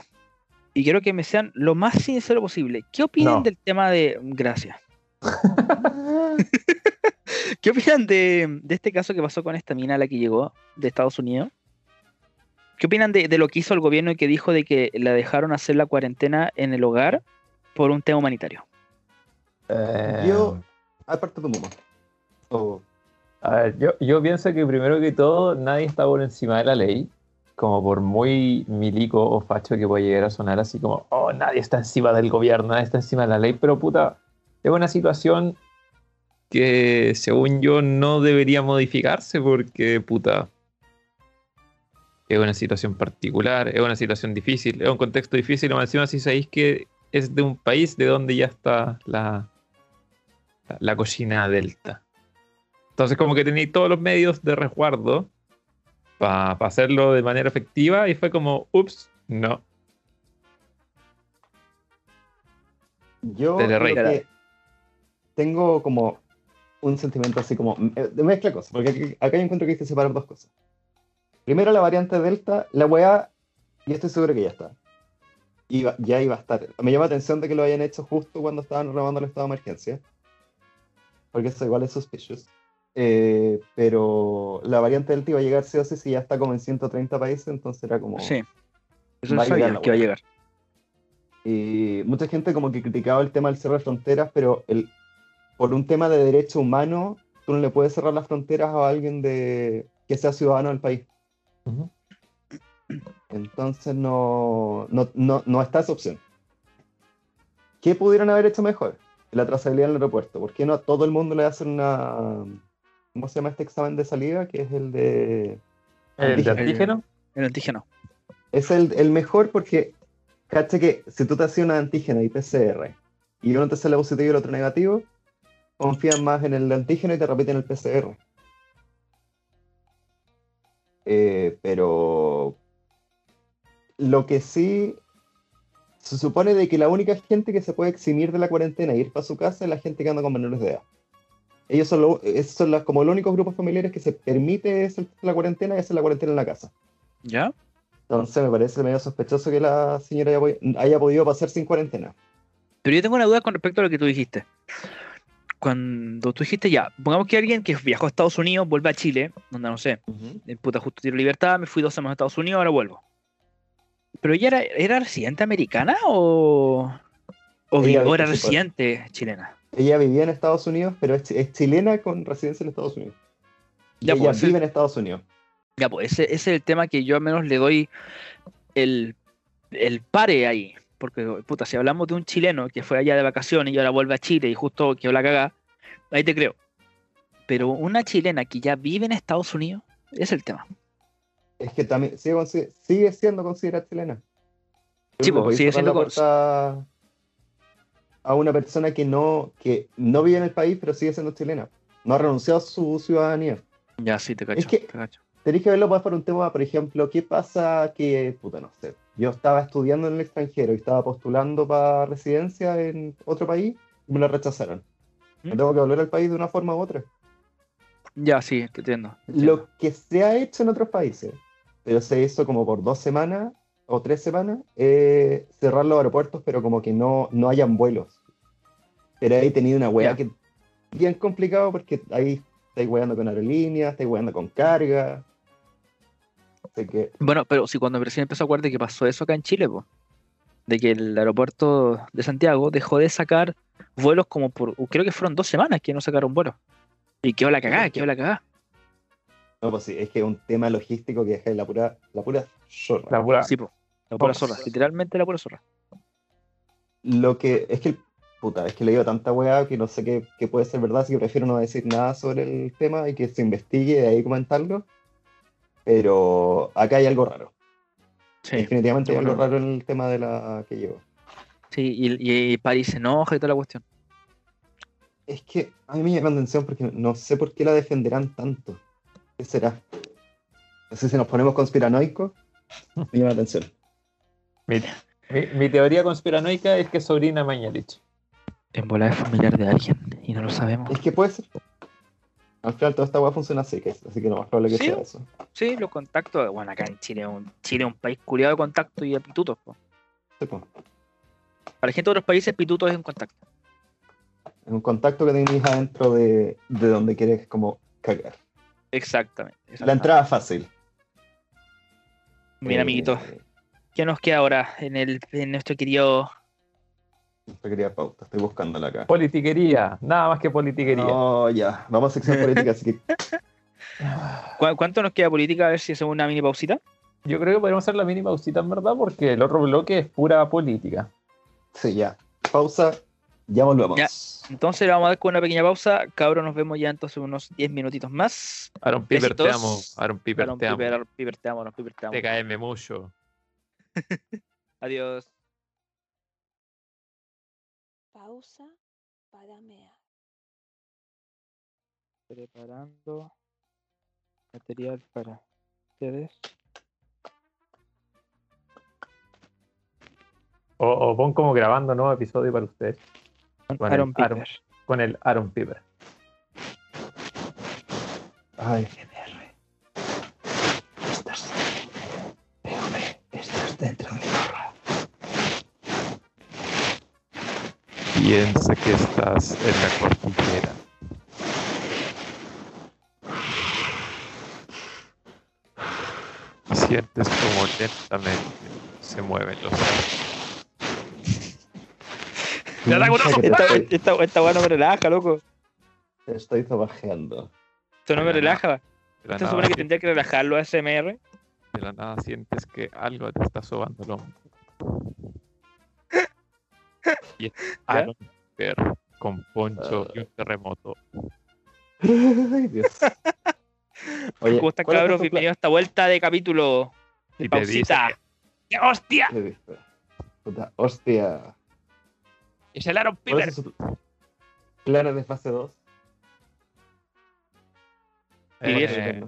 B: Y quiero que me sean lo más sincero posible. ¿Qué opinan
C: No.
B: del tema de. Gracias. ¿Qué opinan de, de este caso que pasó con esta mina a la que llegó de Estados Unidos? ¿Qué opinan de, de lo que hizo el gobierno y que dijo de que la dejaron hacer la cuarentena en el hogar por un tema humanitario?
D: Ah,
C: Eh,
A: Yo- Aparte tu mumo. O-
C: A ver, yo, yo pienso que primero que todo, nadie está por encima de la ley, como por muy milico o facho que pueda llegar a sonar, así como, oh, nadie está encima del gobierno, nadie está encima de la ley, pero puta, es una situación
D: Que según yo no debería modificarse porque, puta, es una situación particular, es una situación difícil, es un contexto difícil. Y más encima, si sabéis que es de un país de donde ya está la, la, la cocina delta. Entonces, como que tenéis todos los medios de resguardo para hacerlo de manera efectiva y fue como, ups, no.
A: Yo
D: Desde
A: lo
D: Reina.
A: que tengo como un sentimiento así como eh, de mezcla de cosas, porque aquí- acá yo encuentro que hay que separar dos cosas. Primero la variante Delta, la weá, yo estoy seguro que ya está. Iba- ya iba a estar. Me llama la atención de que lo hayan hecho justo cuando estaban renovando el estado de emergencia, porque eso igual es suspicious. Eh, pero la variante Delta iba a llegar sí o sí, si ya está como en 130 países, entonces era como...
B: Sí. Eso
A: va a
B: sabía
A: llegar la
B: que iba a
A: hueá.
B: llegar.
A: Y eh, mucha gente como que criticaba el tema del cierre de fronteras, pero el, por un tema de derecho humano, tú no le puedes cerrar las fronteras a alguien de, que sea ciudadano del país.
C: Ujú.
A: Entonces no, no, no, no está esa opción. ¿Qué pudieron haber hecho mejor? La trazabilidad del aeropuerto. ¿Por qué no a todo el mundo le hacen una... ¿Cómo se llama este examen de salida? Que es el de...
C: el de
A: Antígeno.
C: antígeno.
B: El antígeno.
A: es el, el mejor porque, caché que si tú te haces una antígeno y PCR y uno te sale positivo y el otro negativo, confían más en el antígeno y te repiten el PCR. Eh, pero lo que sí se supone de que la única gente que se puede eximir de la cuarentena y ir para su casa es la gente que anda con menores de edad. Ellos son, lo- esos son las- como los únicos grupos familiares que se permite hacer la cuarentena y hacer la cuarentena en la casa.
B: ¿Ya?
A: Entonces me parece medio sospechoso que la señora haya, podi- haya podido pasar sin cuarentena.
B: Pero yo tengo una duda con respecto a lo que tú dijiste. Cuando tú dijiste ya, pongamos que alguien que viajó a Estados Unidos vuelve a Chile, donde no sé, eh, puta, justo tiro libertad, me fui dos semanas a Estados Unidos, ahora vuelvo. ¿Pero ella era, era residente americana o, o, vi-
A: Ella
B: o era
A: participó.
B: residente chilena?
A: Ella vivía en Estados Unidos, pero es, chi- es chilena con residencia en Estados Unidos. Y
B: Ya,
A: ella
B: pues,
A: vive
B: ese,
A: en Estados Unidos.
B: ya, pues, ese- ese es el tema que yo al menos le doy el, el pare ahí. Porque, puta, si hablamos de un chileno que fue allá de vacaciones y ahora vuelve a Chile y justo quedó la cagada, ahí te creo. Pero una chilena que ya vive en Estados Unidos es el tema.
A: Es que también sigue, consi- sigue siendo considerada chilena.
B: Sí,
A: Yo creo que
B: po,
A: podéis
B: sigue
A: cerrar la
B: siendo con-
A: puerta a una persona que no, que no vive en el país, pero sigue siendo chilena. No ha renunciado a su ciudadanía.
B: Ya, sí, te cacho.
A: Es que-
B: te cacho.
A: Tenéis que verlo más por un tema, por ejemplo, ¿qué pasa que, puta, no sé, yo estaba estudiando en el extranjero y estaba postulando para residencia en otro país y me lo rechazaron? Me
B: ¿Mm?
A: tengo que volver al país de una forma u otra.
B: Ya, sí, te entiendo. te entiendo.
A: Lo que se ha hecho en otros países, pero se hizo como por dos semanas o tres semanas, eh, cerrar los aeropuertos, pero como que no, no hayan vuelos. Pero ahí he tenido una weá
B: Ya.
A: que bien complicado porque ahí estáis weando con aerolíneas, estáis weando con carga. Así que
B: Bueno, pero si cuando recién empezó a acuerdo que pasó eso acá en Chile, po, de que el aeropuerto de Santiago dejó de sacar vuelos como por, uh, creo que fueron dos semanas que no sacaron vuelos. Y quedó la
A: Ah,
B: cagada, quedó la cagada.
A: No, pues sí, es que es un tema logístico que es la pura, la pura zorra.
C: La pura-
B: Sí, po, la pura zorra, literalmente la pura zorra.
A: Lo que es que el puta, es que le digo tanta weá que no sé qué, qué puede ser verdad, así que prefiero no decir nada sobre el tema y que se investigue y de ahí comentarlo. Pero acá hay algo raro.
B: Sí,
A: Definitivamente hay
B: algo
A: algo raro en el tema de la que llevo.
B: sí y, y París se enoja y toda la cuestión.
A: Es que a mí me llama la atención porque no sé por qué la defenderán tanto. ¿Qué será? No sé si nos ponemos conspiranoicos. Me llama la atención.
C: Mi, mi- mi teoría conspiranoica es que es sobrina Mañalich.
B: En bola es familiar de alguien y no lo sabemos.
A: Es que puede ser. Al final toda esta weá funciona así, que- así que lo más probable que
B: Sí.
A: sea eso.
B: Sí, los contactos, bueno, acá en Chile, un, Chile es un país culiado de contactos y de pitutos. po.
A: Sí, po.
B: Para la gente de otros países, pituto es un contacto.
A: Es un contacto que tenéis adentro de, de donde quieres como cagar.
B: Exactamente.
A: La entrada fácil.
B: Bien,
A: Eh,
B: amiguitos. ¿Qué nos queda ahora en, el, en nuestro querido
A: Yo quería pauta, estoy buscándola acá.
C: Politiquería, nada más que politiquería.
A: No, ya. Vamos a sección política, así que
B: ¿Cu- ¿Cuánto nos queda política? A ver si hacemos una mini pausita.
C: Yo creo que podríamos hacer la mínima pausita en verdad porque el otro bloque es pura política.
A: sí, ya. Pausa, ya volvemos.
B: Ya. Entonces vamos a dar con una pequeña pausa. Cabros, nos vemos ya entonces unos 10 minutitos más.
D: Aaron Piper, te amo.
B: Besitos.
D: Aaron Piper,
B: Aaron
D: te amo.
B: Piper, Aaron Piper, te amo, Aaron Piper, te amo.
D: TKM mucho.
B: Adiós.
E: Pausa para mear.
B: Preparando material para ustedes.
C: O, o pon como grabando nuevo episodio para ustedes Con el
B: Aaron Piper.
C: Aaron. con el Aaron Piper.
A: Ay,
D: Piensa que estás en la cordillera. Sientes como lentamente se mueven los
B: ¡Le ataco un ojo!
A: Te
B: Esta,
A: estoy-
B: esta, esta weá no me relaja, loco.
A: te estoy trabajeando.
B: Esto no me relaja.
D: De la,
B: Esto se
D: nada,
B: supone que
D: sien-
B: tendría que relajarlo a SMR.
D: de la nada sientes que algo te está sobando el hombro. Y es Aaron Piper con poncho y un terremoto.
A: Ay, Dios. Oye,
B: ¿Cómo están,
A: ¿cuál es
B: cabros?
A: tu plan-
B: Bienvenidos a esta vuelta de capítulo.
D: Y te dice,
B: Pausita. ¡Qué ¡Hostia!
A: He visto. Puta, hostia.
D: es el Aaron
A: ¿Cuál
D: Piper.
A: es su plan de fase 2?
B: Vivir.
D: Eh,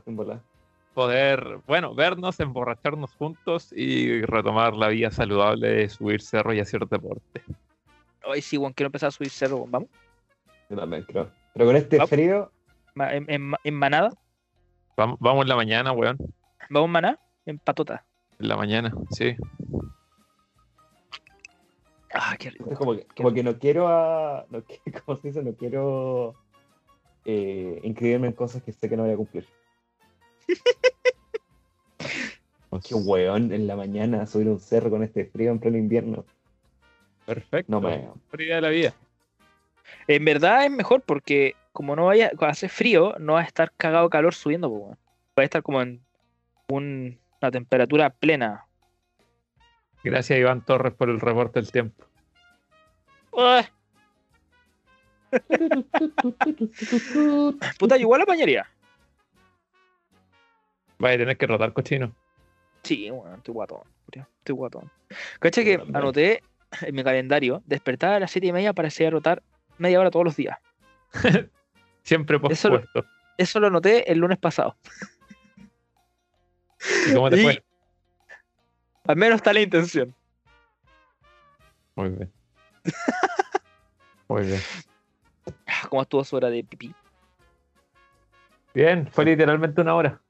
D: poder, bueno, vernos, emborracharnos juntos y retomar la vida saludable de subir cerro y hacer deporte.
B: Hoy sí, Juan, quiero empezar a subir cerro, weón. Vamos.
A: Yo también creo. Pero con este
B: Ah.
A: frío,
B: Ma- En, en- en manada.
D: Vamos, vamos en la mañana, weón.
B: Vamos en manada. En patota.
D: En la mañana, sí.
B: Ah, qué rico.
A: es como que, como que no quiero a. No, que- ¿Cómo se dice? No quiero eh, inscribirme en cosas que sé que no voy a cumplir. Qué weón en la mañana subir un cerro con este frío en pleno invierno.
D: Perfecto.
A: No me.
D: Mejor idea de la vida.
B: En verdad es mejor porque como no vaya, cuando hace frío, no va a estar cagado de calor subiendo, pues, weón. Va a estar como en un- una temperatura plena.
D: Gracias, Iván Torres, por el reporte del tiempo.
B: ¡Ah! Puta, yo igual apañaría.
D: Vaya a tener que rotar cochino.
B: Sí, bueno, estoy guatón. culiao, Estoy guatón. Cacha que anoté en mi calendario despertar a las 7 y media para seguir a rotar media hora todos los días.
D: Siempre
B: Eso lo-
D: pospuesto.
B: Eso lo anoté el lunes pasado.
D: ¿Y cómo te
B: Y-
D: fue?
B: Al menos está la intención.
D: Muy bien. Muy bien.
B: Ah, ¿Cómo estuvo su hora de pipí?
D: Bien, fue literalmente una hora.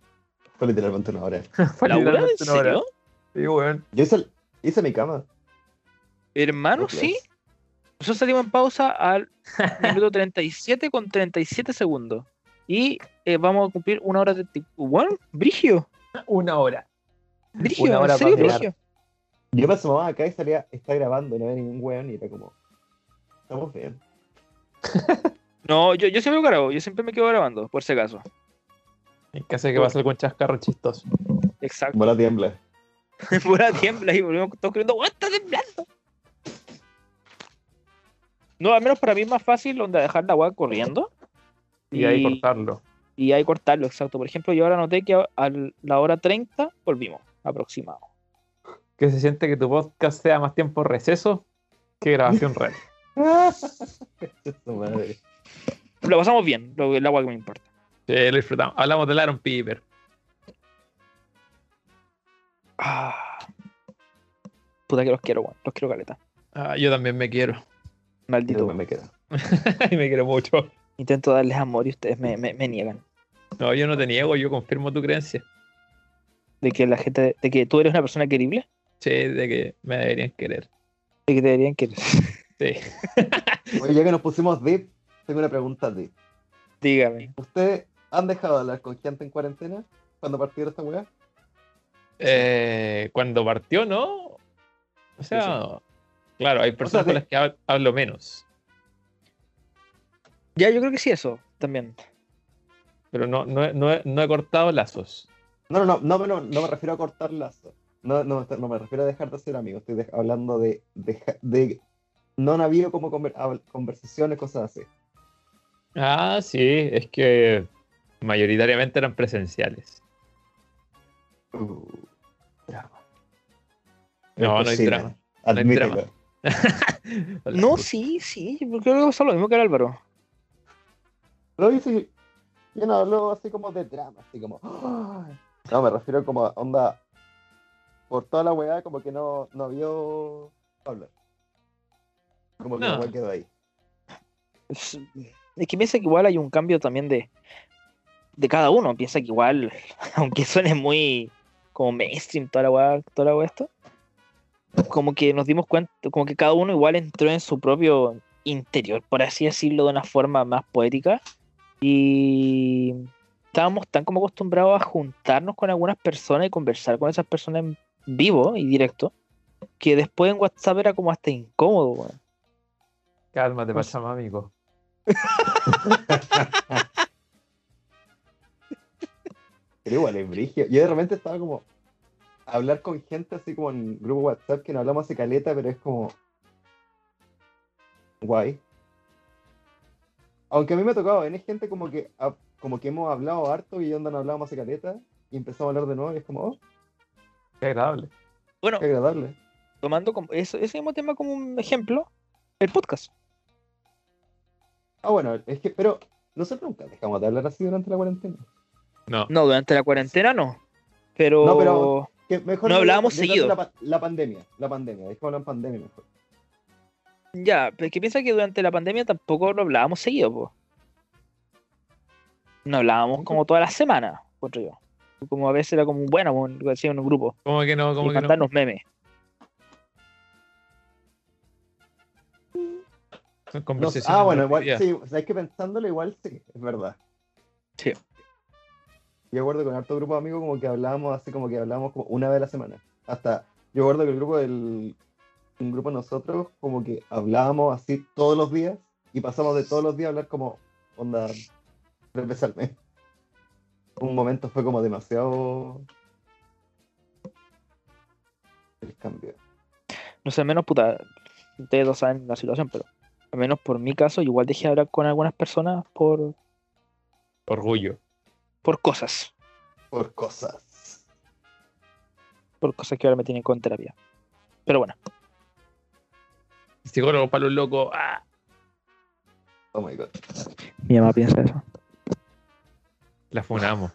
A: Fue literalmente una hora.
D: Fue
B: ¿La hora? ¿En
D: literalmente una hora.
B: serio?
D: Sí, weón.
A: Yo hice, hice mi cama.
B: Hermano,
A: Dos
B: Ah, sí.
A: clases.
B: Nosotros salimos en pausa al minuto 37 con 37 segundos. Y eh, vamos a cumplir una hora de... Bueno, brigio.
C: Una hora.
B: Brigio,
C: Una hora
B: en serio,
C: para mirar.
B: brigio.
A: Yo me asomaba acá y salía, está grabando, no había ningún weón y era como, estamos bien.
B: No, yo, yo siempre grabo, yo siempre me quedo grabando, por si acaso.
D: En caso de que pase algún chascarro chistoso.
B: Exacto.
A: Bola tiembla.
B: Pura tiembla y volvimos todos corriendo, ¡What está temblando! No, al menos para mí es más fácil onda dejar la agua corriendo
D: Y ahí cortarlo.
B: y ahí cortarlo, exacto. Por ejemplo, yo ahora noté que a, a la hora 30 volvimos, aproximado.
D: Que se siente que tu podcast sea más tiempo receso que grabación real.
A: Su madre.
B: Lo pasamos bien, lo, el agua que me importa.
D: Sí, lo disfrutamos. Hablamos del Aaron Piper.
B: Ah. Puta que los quiero, weón. Los quiero caleta.
D: Ah, yo también me quiero.
A: Yo
B: Maldito.
A: también me quedo.
D: y me quiero mucho.
B: Intento darles amor y ustedes me, me- me niegan.
D: No, yo no te niego, yo confirmo tu creencia.
B: De que la gente, de que tú eres una persona querible,
D: Sí, de que me deberían querer.
B: de que te deberían querer.
D: Sí.
A: Oye, ya que nos pusimos deep, tengo una pregunta deep.
B: Dígame.
A: ¿Ustedes han dejado de hablar con gente en cuarentena cuando partieron esta weá?
D: Eh, cuando partió, ¿no? O sea, claro, hay personas
A: sí.
D: con las que hab- hablo menos,
B: Ya, yo creo que sí, eso también.
D: pero no, no, he- no he- no he cortado lazos.
A: No, no, no, no, no, no me refiero a cortar lazos. No, no, no me refiero a dejar de ser amigos. Estoy de- hablando de, deja- de no han habido como conver- hab- conversaciones, cosas así.
D: Ah, sí, es que mayoritariamente eran presenciales.
A: Uh, drama.
D: No, no hay
A: Sí,
D: drama. hay
A: Admítelo.
D: drama.
B: No, sí, sí. Yo creo que pasó lo mismo que el Álvaro.
A: Lo hice. Yo no hablo así como de drama, así como. "Ay". No, me refiero como a onda. Por toda la weá, como que no, no vio hablar. Como que
D: No.
A: la weá quedó ahí.
B: Es es que piensa que igual hay un cambio también de, de cada uno. Piensa que igual, aunque suene muy como mainstream toda la weá, toda la weá esto, como que nos dimos cuenta, como que cada uno igual entró en su propio interior, por así decirlo, de una forma más poética. Y estábamos tan como acostumbrados a juntarnos con algunas personas y conversar con esas personas en vivo y directo, que después en WhatsApp era como hasta incómodo, weón.
D: Cálmate,
B: Pues-
D: Pachamá, amigo.
A: Pero igual, es brigio. Yo de repente estaba como. Hablar con gente así como en grupo WhatsApp que no hablamos de caleta, pero es como. Guay. Aunque a mí me ha tocado, ¿ven? Es gente como que, ha- como que hemos hablado harto y onda no hablábamos de caleta y empezamos a hablar de nuevo y es como, oh,
D: Qué agradable.
B: Bueno,
A: qué agradable.
B: tomando como eso- ese mismo tema como un ejemplo, el podcast.
A: Ah, bueno, es que, pero nosotros nunca dejamos de hablar así durante la cuarentena.
D: No,
B: No, durante la cuarentena no. Pero,
A: No, pero- Que mejor
B: No hablábamos
A: dejando
B: seguido.
A: La, pa- la pandemia, la pandemia, dejémoslo en pandemia mejor.
B: ya, pero es que piensa que durante la pandemia tampoco lo hablábamos seguido, po. No hablábamos como toda la semana, encuentro yo. Como a veces era como un bueno, como un- así en un grupo.
D: ¿cómo que no? ¿Cómo
B: y
D: que no?
B: mandarnos memes.
D: Son
A: No,
D: conversaciones
A: ah, bueno,
D: de
A: igual
D: día.
A: sí, o sea, es que pensándolo igual sí, es verdad.
B: Sí.
A: Yo acuerdo con harto grupo de amigos como que hablábamos así como que hablábamos como una vez a la semana. Hasta, yo acuerdo que el grupo del, un grupo de nosotros como que hablábamos así todos los días y pasamos de todos los días a hablar como onda tres veces al mes. Un momento fue como demasiado el cambio.
B: No sé, menos puta. Ustedes dos saben la situación, pero. al menos por mi caso, igual dejé de hablar con algunas personas por,
D: Orgullo.
B: por cosas.
A: por cosas.
B: Por cosas que ahora me tienen con terapia. Pero bueno,
D: Psicólogo para los locos. ¡ah!
A: Oh my god.
B: mi mamá piensa eso.
D: La funamos,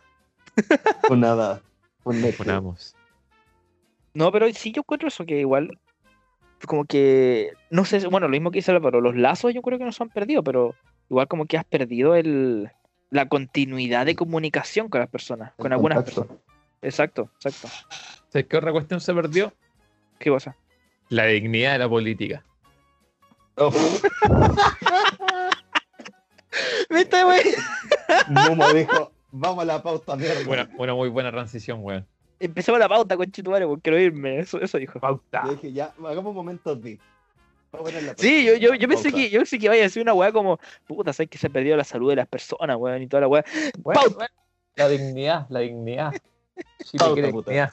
A: Por nada. Por nada.
D: funamos.
B: No, pero sí yo encuentro eso que igual, como que, no sé, bueno, lo mismo que dice Álvaro, los lazos yo creo que no se han perdido, pero igual como que has perdido el, la continuidad de comunicación con las personas, con algunas personas. Exacto, exacto.
D: ¿Sabes qué otra cuestión se perdió?
B: ¿Qué cosa?
D: La dignidad de la política.
B: ¿Viste, güey?
A: No me dijo. Vamos a la pauta, mierda.
D: Buena, una muy buena transición, weón.
B: Empecemos la pauta, conchetumare, porque quiero irme, eso, eso dijo.
D: Pauta.
A: Yo dije, ya, hagamos momentos deep. Vamos a poner la
B: Sí, yo,
A: pauta.
B: yo, yo pensé
A: Pauta.
B: que, yo pensé que iba a decir una weá como, puta, sabes que se ha perdido la salud de las personas, weón, y toda la weá.
C: Bueno,
B: Pauta.
C: bueno, la dignidad, la dignidad. Chile
A: Pauta,
C: quiere
A: puta.
C: dignidad.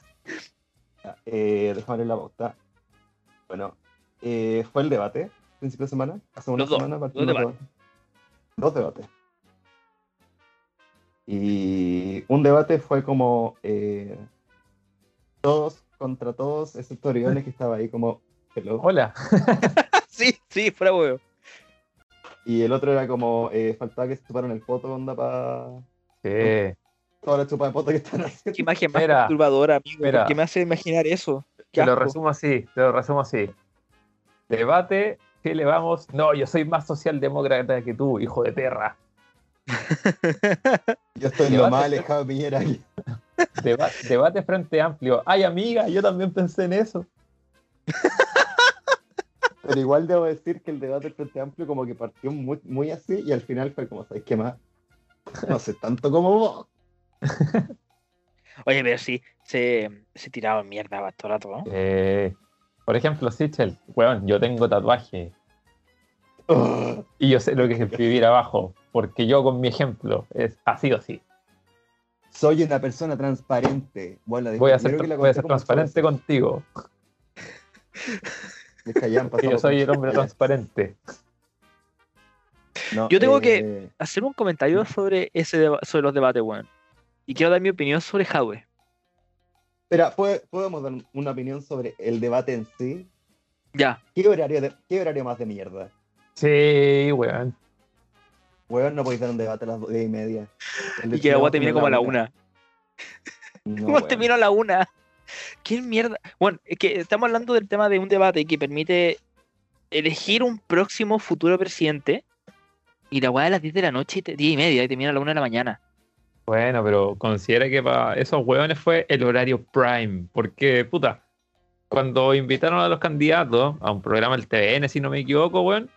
A: Ya, Eh, déjame abrir la pauta. Bueno, eh, fue el debate, principio de semana. Hace una
B: Los dos,
A: semana
B: dos
A: partimos
B: debates.
A: con Dos debates. Y un debate fue como eh, todos contra todos, excepto Orioles que estaba ahí como hello.
C: Hola.
B: Sí, sí, fuera weón.
A: Y el otro era como eh, faltaba que se chuparan el poto, onda, para
C: Sí.
A: toda la chupa de poto que están haciendo.
B: Qué imagen más
C: Mira,
B: perturbadora, amigo,
C: mira.
B: que me hace imaginar eso. Qué
C: Te lo
B: asco.
C: resumo así, te lo resumo así. Debate, Chile, vamos. No, yo soy más socialdemócrata que tú, hijo de perra.
A: Yo estoy lo
C: Debate,
A: más
C: ¿no?
A: alejado de Piñera aquí.
C: Deba- debate frente amplio. Ay, amiga, yo también pensé en eso.
A: Pero igual debo decir que el debate del Frente Amplio como que partió muy, muy así y al final fue como, ¿sabes qué más? No sé tanto como vos.
B: Oye, pero sí, se, se tiraba mierda va, todo el rato, ¿no?
C: Eh, por ejemplo, Sichel, weón, yo tengo tatuaje
A: Ugh.
C: y yo sé lo que es vivir abajo, porque yo con mi ejemplo es así o sí.
A: Soy una persona transparente. Bueno,
C: Voy a ser, voy a ser transparente contigo, porque yo soy el hombre transparente.
B: Yo tengo
A: eh,
B: que- Hacer un comentario sobre ese deba- sobre los debates, weón. Y quiero dar mi opinión sobre Jadwe.
A: Espera, ¿pued- ¿podemos dar una opinión sobre el debate en sí?
B: Ya,
A: ¿Qué horario, de- qué horario más de mierda?
C: Sí, weón.
A: Weón, no podéis dar un debate a las dos y media. El de
B: y que la
A: Chile
B: weá termine como a la una.
A: No,
B: ¿Cómo
A: weón.
B: terminó la una? ¿Qué mierda? Bueno, es que estamos hablando del tema de un debate que permite elegir un próximo futuro presidente. Y la weá de las 10 de la noche, y te- 10 y media, y termina a la 1 de la mañana.
D: Bueno, pero considera que para esos hueones fue el horario prime, porque, puta, cuando invitaron a los candidatos a un programa del TVN, si no me equivoco, weón,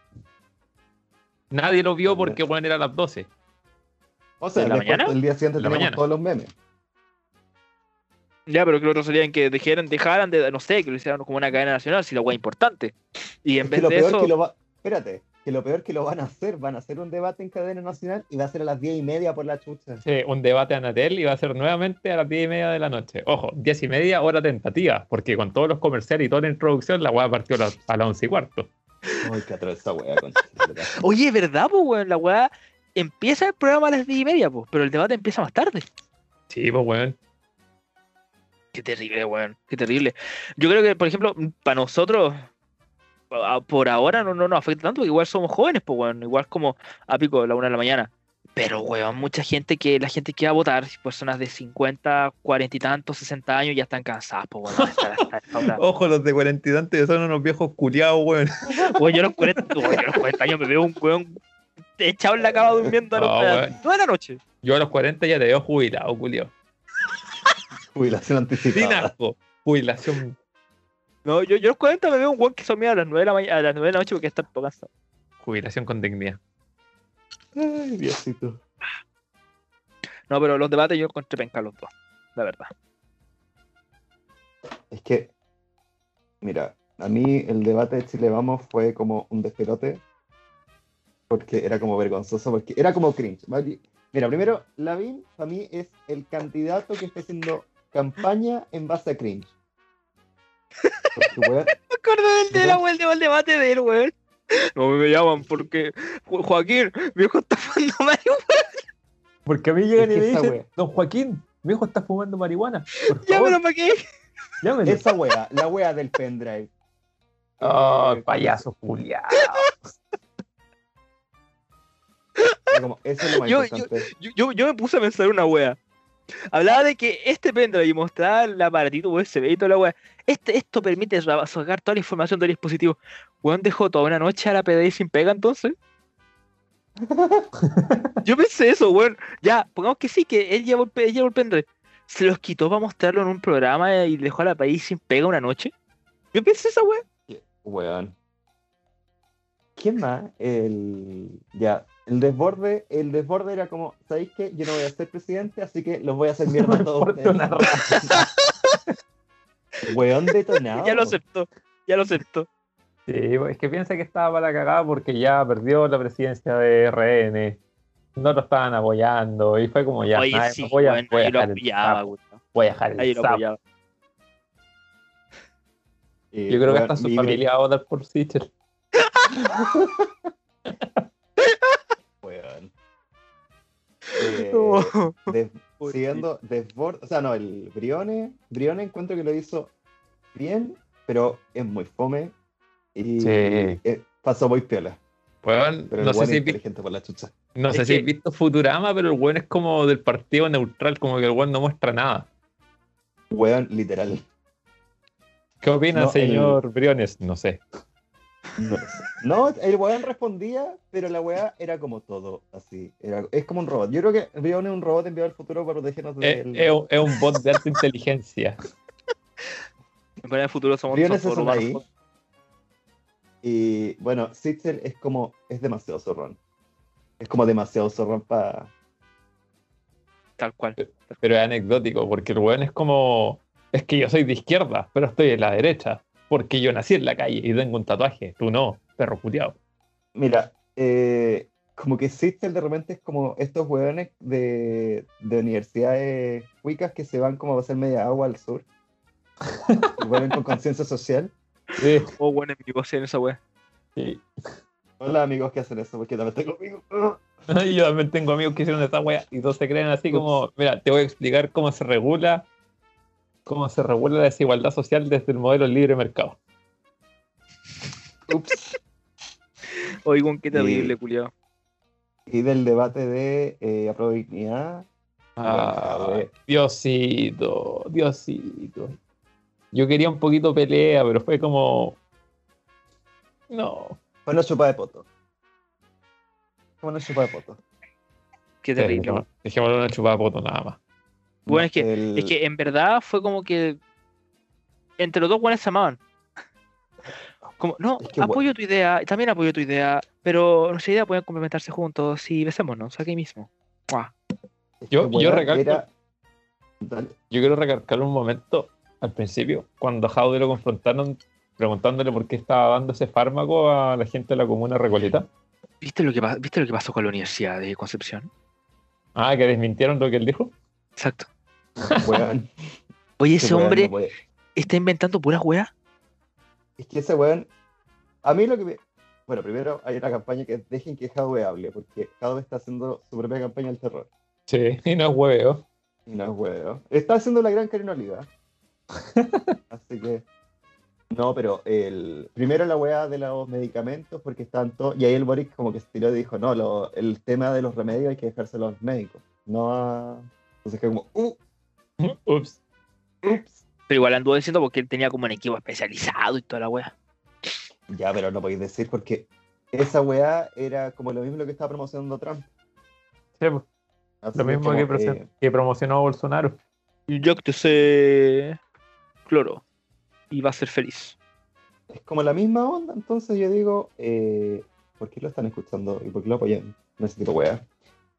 D: nadie lo vio porque, weón, era a las 12.
A: O sea,
B: ¿De la
A: después,
B: mañana?
A: el día siguiente
D: ¿De la
A: teníamos
D: mañana?
A: todos los memes.
B: Ya, pero que lo otro sería en que dejaran, dejaran de, no sé, que lo hicieran como una cadena nacional, si la weá es importante. Y en
A: Es
B: vez
A: que lo
B: de
A: peor
B: eso.
A: que lo va... Espérate, que lo peor que lo van a hacer, van a hacer un debate en cadena nacional y va a ser a las diez y media por la chucha.
D: Sí, un debate a Anatel y va a ser nuevamente a las 10 y media de la noche. Ojo, 10 y media hora tentativa, porque con todos los comerciales y toda la introducción, la weá partió a las, a las 11 y cuarto.
A: Ay, qué atroz esa wea, concha. de verdad.
B: Oye, es verdad, pues, weón, la weá empieza el programa a las 10 y media, pues, pero el debate empieza más tarde.
D: Sí, pues, weón.
B: Qué terrible, weón, qué terrible. Yo creo que, por ejemplo, para nosotros, a- por ahora no, no nos afecta tanto, porque igual somos jóvenes, pues, weón, igual como a pico, la una de la mañana. Pero, weón, mucha gente que, la gente que va a votar, personas de 50, 40 y tantos, 60 años, ya están cansadas, pues, weón. de estar hasta esta hora.
D: Ojo, los de cuarenta y tantos ya son unos viejos culiados, weón.
B: Weón, yo a los 40, weón, yo a los 40 años me veo un weón echado en la cama durmiendo a los-
D: No,
B: a las
D: weón.
B: toda la noche.
D: Yo a los 40 ya te veo jubilado, culiao.
A: Jubilación
D: Sin
A: anticipada.
D: asco. Jubilación.
B: No, yo, yo a los 40 me veo un weón que somía a las 9 de la, mañana, a las 9 de la noche porque está todo cansado.
D: Jubilación con dignidad.
A: Ay, Diosito.
B: No, pero los debates yo encontré penca los dos, la verdad.
A: Es que, mira, a mí el debate de Chile Vamos fue como un despelote. Porque era como vergonzoso, porque era como cringe. Mari- Mira, primero, Lavín para mí es el candidato que está haciendo campaña en base a cringe. Porque, weón,
B: Me acuerdo del,
A: Ujú.
B: del, del debate de él, weón. No me llaman porque Jo- Joaquín, mi hijo está fumando marihuana.
C: Porque a mí llegan
A: Es
C: y
A: que
C: me
A: esa
C: dicen,
A: wea.
C: don Joaquín, mi hijo está fumando marihuana. Por
B: Llámalo
C: favor,
B: para qué.
C: llámelo.
A: Esa wea, la wea del pendrive.
C: Oh,
A: Eh,
C: payaso Julián.
A: era como, eso es lo más
B: Yo- yo-
A: importante.
B: Yo, yo, yo me puse a pensar una wea. Hablaba de que este pendrive y mostraba el aparatito USB y toda la wea. Este, esto permite ra- sacar toda la información del dispositivo. Weón dejó toda una noche a la PDI sin pega entonces. yo pensé eso, weón. Ya, pongamos que sí, que él llevó, el pe- él llevó el pendrive. Se los quitó para mostrarlo en un programa eh, y dejó a la PDI sin pega una noche. Yo pensé esa wea.
A: Weón. ¿Quién más? El. Ya. El desborde, el desborde era como, ¿sabéis qué? Yo no voy a ser presidente, así que los voy a hacer mierda a todos.
C: importa una
A: ustedes". Weón detonado.
B: Ya lo aceptó. Ya lo aceptó.
C: Sí, es que piensa que estaba para la cagada porque ya perdió la presidencia de RN. No lo estaban apoyando y fue como ya,
B: Oye,
C: "Ay,
B: sí,
C: no voy, a,
B: weón,
C: voy a
B: ahí lo
C: dejar el
B: apoyaba,
C: sapo,
B: weón.
C: voy a dejar el
B: Ahí lo
C: sapo".
B: apoyaba.
A: Eh,
C: Yo creo que
A: weón,
C: hasta su
A: libre.
C: familia va a votar por Sichel.
A: Weón. Eh, des-
B: Pobrecito.
A: siguiendo desborde, o sea, no, el Brione, Brione encuentro que lo hizo bien, pero es muy fome y
C: Sí.
A: eh, pasó muy piola,
D: Weón,
A: pero
D: no
A: el
D: sé
A: weón es
D: si vi-
A: inteligente por la chucha.
D: No
B: Es
D: sé si
B: que-
D: has visto Futurama, pero el weón es como del partido neutral, como que el weón no muestra nada.
A: Weón, literal.
D: ¿Qué opina,
A: No, el-
D: señor Briones? No sé.
A: No, sé. No, el weón respondía, pero la weá era como todo, así. Era, es como un robot. Yo creo que Brione es un robot enviado al futuro para protegernos
D: Es,
A: del...
D: es Eh, un- es un bot de alta inteligencia.
B: En el futuro somos
A: Briones es
B: software
A: un
B: humanos.
A: ahí. Y bueno, Sitzel es como, es demasiado zorrón. Es como demasiado zorrón para...
B: Tal cual.
D: Pero es anecdótico, porque el weón es como. Es que yo soy de izquierda, pero estoy en la derecha. Porque yo nací en la calle y tengo un tatuaje. Tú no, perro puteado.
A: Mira, eh, como que Sitzel de repente es como estos hueones de, de universidades cuicas que se van como a hacer media agua al sur. Y vuelven con conciencia social.
C: Sí,
B: Oh, bueno, mi voz en esa wea.
C: sí.
A: Hola amigos que hacen eso, porque también tengo amigos. ¡Ugh!
D: Y yo también tengo amigos que hicieron esa wea y todos se creen así como: Mira, te voy a explicar cómo se regula. Cómo se regula la desigualdad social desde el modelo libre mercado.
A: Ups.
B: Oye, weón, qué terrible,
A: Y-
B: culiado.
A: Y del debate de eh, apruebo dignidad.
D: Ah, Diosito, Diosito. Yo quería un poquito pelea, pero fue como. No.
A: Fue una chupa de poto. Fue una chupa de poto.
B: Qué terrible.
D: Dejémoslo
B: weón.
D: dejémoslo una chupada poto nada más.
B: Bueno, es que,
A: El-
B: es que en verdad fue como que entre los dos weones se amaban. Como, no,
A: Es que,
B: apoyo tu idea, también apoyo tu idea, pero nuestras ideas pueden complementarse juntos y besémonos aquí mismo. Mua.
D: Yo,
A: la
D: yo,
A: weá
D: recalco-
A: este era- Dale.
D: yo quiero recalcar un momento al principio, cuando a Jaude lo confrontaron preguntándole por qué estaba dando ese fármaco a la gente de la comuna Recoleta.
B: ¿Viste lo, que, pa- ¿Viste lo que pasó con la Universidad de Concepción?
D: Ah, que desmintieron lo que él dijo.
B: Exacto.
A: Weón,
B: Oye,
A: ese
B: ese
A: weón no
B: hombre
A: puede.
B: está inventando puras weas.
A: Es que ese weón. A mí lo que me. Bueno, primero hay una campaña que es dejen que Jadwe hable, porque Jadwe está haciendo su propia campaña del terror.
D: Sí, y no es hueveo.
A: Y no es huevo. Está haciendo la gran Karina Oliva. Así que. No, pero el. Primero la weá de los medicamentos, porque están todos. Y ahí el Boric como que se tiró y dijo, no, lo- el tema de los remedios hay que dejárselo a los médicos. No a. Entonces que como, uh,
D: Ups.
A: ups.
B: Pero igual anduvo diciendo porque él tenía como un equipo especializado y toda la wea.
A: Ya, pero no podéis decir porque esa weá era como lo mismo lo que estaba promocionando Trump.
C: Sí, pues,
A: Así
C: lo mismo
A: como,
C: que, presen-
A: eh,
C: que promocionó Bolsonaro.
B: Yo que te sé cloro y va a ser feliz.
A: es como la misma onda, entonces yo digo, eh, ¿por qué lo están escuchando y por qué lo apoyan? No ese tipo de weá.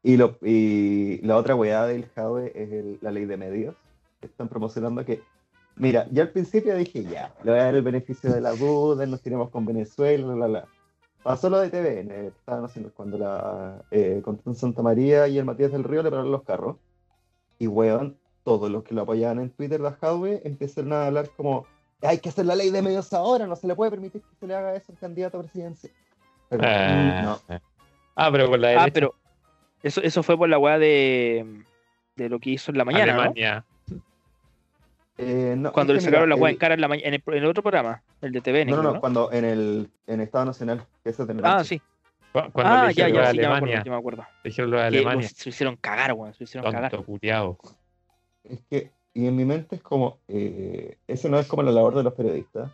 A: Y, lo, y la otra weá del Jave es el- la ley de medios. que Están promocionando que, mira, yo al principio dije, ya, le voy a dar el beneficio de la duda, nos tiramos con Venezuela, bla, bla, bla. Pasó lo de TVN, estaban haciendo cuando la eh, Constanza Santa María y el Matías del Río le pararon los carros. Y weón, todos los que lo apoyaban en Twitter de Jadwe empezaron a hablar como, hay que hacer la ley de medios ahora, no se le puede permitir que se le haga eso al candidato a presidencia. Pero,
F: Eh,
A: mm, no.
F: Ah, pero por la
B: Ah,
F: derecha.
B: pero eso, eso fue por la weá de, de lo que hizo en la mañana, ¿no?
F: Alemania.
A: Eh, no,
B: Cuando
A: es
B: le
A: que
B: sacaron
A: mira,
B: la weá
A: el-
B: en cara en, la ma- en, el, en el otro programa, el de TVN.
A: No, no,
B: creo,
A: no, cuando en el en Estado Nacional, que eso de
B: Ah,
A: noche.
B: sí.
F: Cu- Cuando
B: Ah,
F: le
B: ya,
F: dijeron
B: ya,
F: a
B: sí, ya me acuerdo.
F: Alemania.
B: Ya me acuerdo.
F: le Dijeron lo de
B: Que,
F: Alemania.
B: pues, se hicieron cagar, weón. Se hicieron cagar.
F: Tonto, culiao.
A: Es que, y en mi mente es como, eh, eso no es como la labor de los periodistas.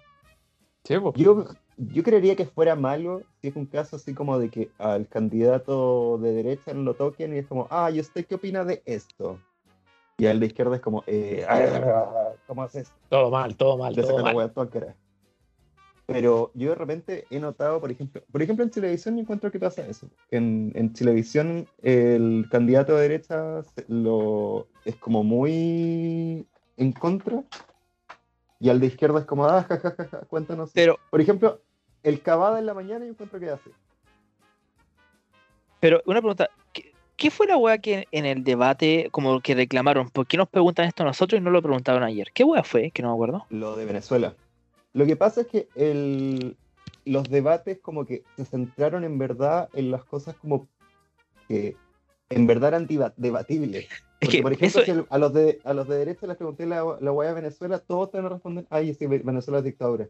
A: Yo, yo creería que fuera malo si es un caso así como de que al candidato de derecha no lo toquen y es como, ah, ¿y usted qué opina de esto? Y al de izquierda es como, eh, ah, ¿cómo haces?
D: Todo mal, todo mal,
A: Le
D: todo
A: sacan la
D: mal.
A: hueá tócara. Pero yo de repente he notado, por ejemplo, por ejemplo en televisión yo encuentro que pasa eso. En, en televisión el candidato de derecha se- lo, es como muy en contra y al de izquierda es como, ah, ja, ja, ja, ja, cuéntanos.
B: Pero,
A: Por ejemplo, el cavada en la mañana yo encuentro que hace.
B: pero una pregunta. ¿Qué, qué fue la weá que en el debate como que reclamaron? ¿Por qué nos preguntan esto a nosotros y no lo preguntaron ayer? ¿Qué weá fue? Que no me acuerdo.
A: Lo de Venezuela. Lo que pasa es que el, los debates como que se centraron en verdad en las cosas como que en verdad eran diba- debatibles.
B: Es
A: Porque,
B: que
A: por
B: eso,
A: ejemplo, si el- a, los de, a los de derecha les pregunté la, la hueá de Venezuela, todos te van a responder, ay, sí, Ve- Venezuela es dictadura.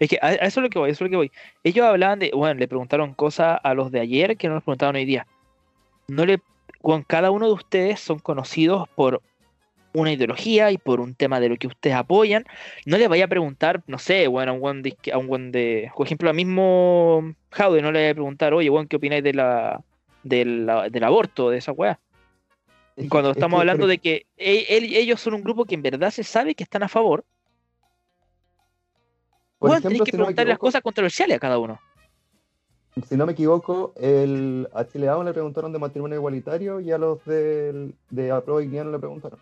B: Es que a, a eso es lo que voy, eso es lo que voy. Ellos hablaban de, bueno, le preguntaron cosas a los de ayer que no nos preguntaron hoy día. No le, con cada uno de ustedes son conocidos por una ideología y por un tema de lo que ustedes apoyan. No les vaya a preguntar, no sé, bueno, a un weón de, izquier- a un weón de, por ejemplo, a mismo Jaude, no le vaya a preguntar, oye, bueno, ¿qué opináis de la, de la- del aborto, de esa weá?
A: Es que-
B: Cuando
A: es
B: estamos
A: que,
B: hablando
A: por-
B: de que e- el- ellos son un grupo que en verdad se sabe que están a favor,
A: por
B: weón,
A: ejemplo,
B: tenéis que
A: si no me
B: preguntar las
A: equivoco-
B: cosas controversiales a cada uno.
A: Si no me equivoco, el, a Chileado le preguntaron de matrimonio igualitario y a los del, de Aprueba y Guía no le preguntaron.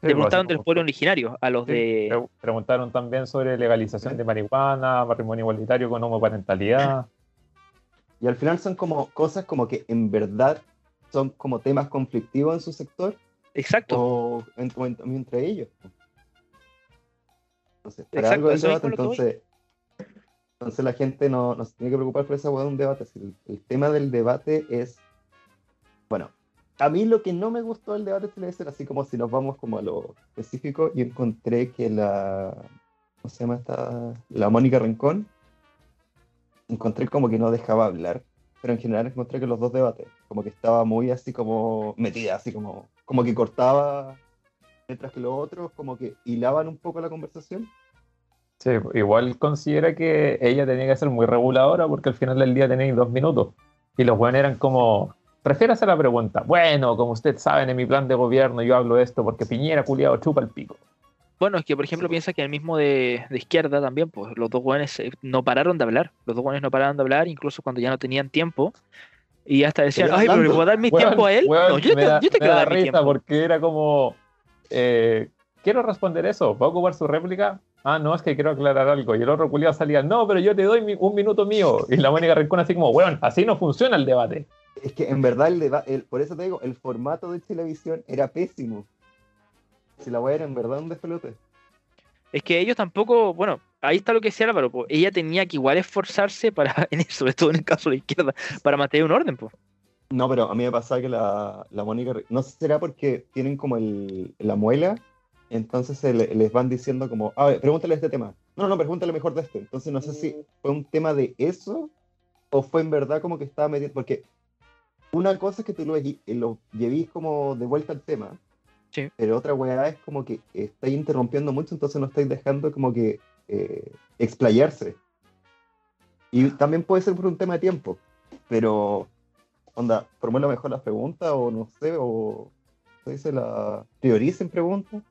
B: Le preguntaron de los pueblos originarios, a los
D: Sí,
B: de.
D: pre- Eh, Preguntaron también sobre legalización de marihuana, matrimonio igualitario con homoparentalidad.
A: Y al final son como cosas como que en verdad son como temas conflictivos en su sector
B: Exacto.
A: o en, o en- entre ellos. Entonces, para
B: Exacto,
A: algo del
B: eso
A: debate,
B: mismo lo que voy.
A: entonces, entonces la gente no, no se tiene que preocupar por esa hueá de un debate. Si el, el tema del debate es, bueno, a mí lo que no me gustó del debate televisión, así como si nos vamos como a lo específico, yo encontré que la, ¿cómo se llama esta? La Mónica Rincón, encontré como que no dejaba hablar, pero en general encontré que los dos debates, como que estaba muy así como metida, así como, como que cortaba, mientras que los otros como que hilaban un poco la conversación.
D: Sí, igual considera que ella tenía que ser muy reguladora porque al final del día tenéis dos minutos. Y los buenos eran como, refiérase a la pregunta. Bueno, como ustedes saben, en mi plan de gobierno yo hablo esto porque Piñera culiado chupa el pico.
B: Bueno, es que, por ejemplo, piensa que el mismo de, de izquierda también, pues los dos guanes eh, no pararon de hablar. Los dos guanes no pararon de hablar, incluso cuando ya no tenían tiempo. Y hasta decían,
A: Seguían
B: ay, pero le
A: hablando.
B: voy a dar mi
D: Weón,
B: tiempo a él.
D: weón,
B: no, yo, te-
D: me da-
B: yo te
D: me
B: quiero
D: da
B: dar mi
D: risa
B: tiempo.
D: porque era como, eh, quiero responder eso, ¿va a ocupar su réplica? Ah, no, es que quiero aclarar algo. Y el otro culiado salía, no, pero yo te doy mi- un minuto mío. Y la Mónica Rincón así como, weón, así no funciona el debate.
A: Es que en verdad, el deba- el- por eso te digo, el formato de televisión era pésimo. Si la weá era en verdad un despelote.
B: Es que ellos tampoco, bueno, ahí está lo que decía Álvaro, pues, ella tenía que igual esforzarse para, en el- sobre todo en el caso de la izquierda, para mantener un orden, pues.
A: No, pero a mí me pasa que la, la Mónica, Ri- no sé si será porque tienen como el, la muela, entonces se le- les van diciendo como, a ver, pregúntale este tema. No, no, pregúntale mejor de este. Entonces no sé si fue un tema de eso o fue en verdad como que estaba metiendo, porque una cosa es que tú lo, llevís- lo llevís como de vuelta al tema,
B: Sí.
A: pero otra weá es como que estáis interrumpiendo mucho, entonces no estáis dejando como que eh, explayarse. Y también puede ser por un tema de tiempo, pero onda, formula mejor las preguntas o no sé, o se dice la prioricen preguntas.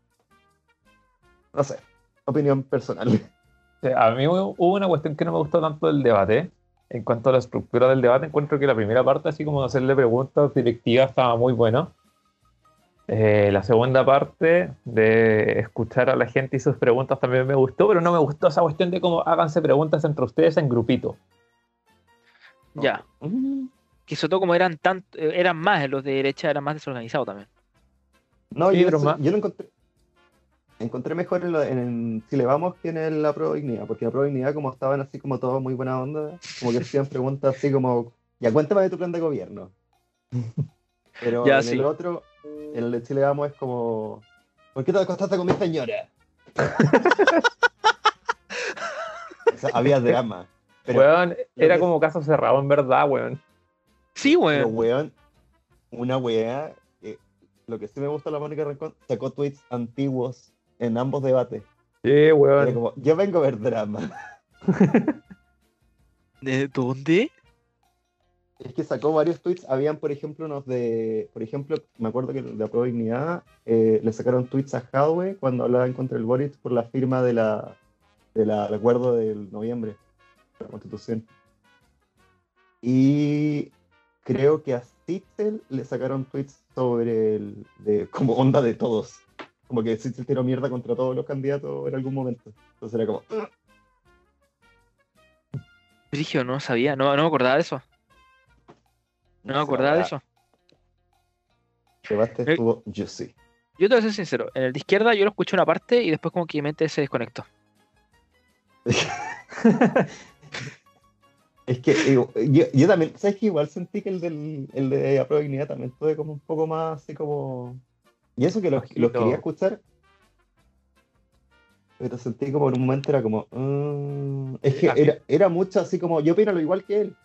A: No sé, opinión personal.
D: O sea, A mí hubo hubo una cuestión que no me gustó tanto del debate. En cuanto a la estructura del debate, encuentro que la primera parte, así como de hacerle preguntas directivas, estaba muy bueno. Eh, la segunda parte de escuchar a la gente y sus preguntas también me gustó, pero no me gustó esa cuestión de cómo háganse preguntas entre ustedes en grupito.
B: Ya.
A: Mm.
B: Que sobre todo como eran tan, eh, eran más, los de derecha eran más desorganizados también.
A: No,
D: Sí,
A: yo,
D: pero
A: eso-
D: ma-
A: yo lo encontré. encontré mejor en, lo- en- si le vamos que en la Pro Dignidad, porque en la Pro Dignidad como estaban así como todos muy buena onda, como que hacían preguntas así como, ya cuéntame de tu plan de gobierno. Pero
B: Ya,
A: en
B: sí.
A: el otro, en el de Chile vamos es como, ¿por qué te acostaste con mi señora? O sea, había drama. Pero,
D: Weón, era
A: que-
D: como caso cerrado en verdad, weón.
B: Sí,
A: pero,
B: weón.
A: weón, una weá, eh, lo que sí me gusta de la Mónica Rincón, sacó tweets antiguos en ambos debates.
D: Sí,
A: Era
D: weón.
A: como, yo vengo a ver drama.
B: ¿De dónde?
A: Es que sacó varios tweets. Habían, por ejemplo, unos de. Por ejemplo, me acuerdo que de la Pro Dignidad eh, le sacaron tweets a Hadwe cuando hablaban contra el Boric por la firma de la, de la- del acuerdo del noviembre, la constitución. Y creo que a Sitzel le sacaron tweets sobre el. De, como onda de todos. Como que Sitzel tiró mierda contra todos los candidatos en algún momento. Entonces era como.
B: Brigio, no sabía, no, no me acordaba de eso. No me acordaba de eso.
A: "Ah,
B: Eh,
A: El debate estuvo juicy.
B: Yo te voy a ser sincero, en el de izquierda yo lo escuché una parte y después como que mi mente se desconectó.
A: Es que eh, yo, yo también, ¿sabes que Igual sentí que el, del, el de la probabilidad también tuve como un poco más así como... Y eso que los, los
D: Ojito.
A: quería escuchar, pero sentí como en un momento era como... mm, es que era, era mucho así como, yo opino lo igual que él.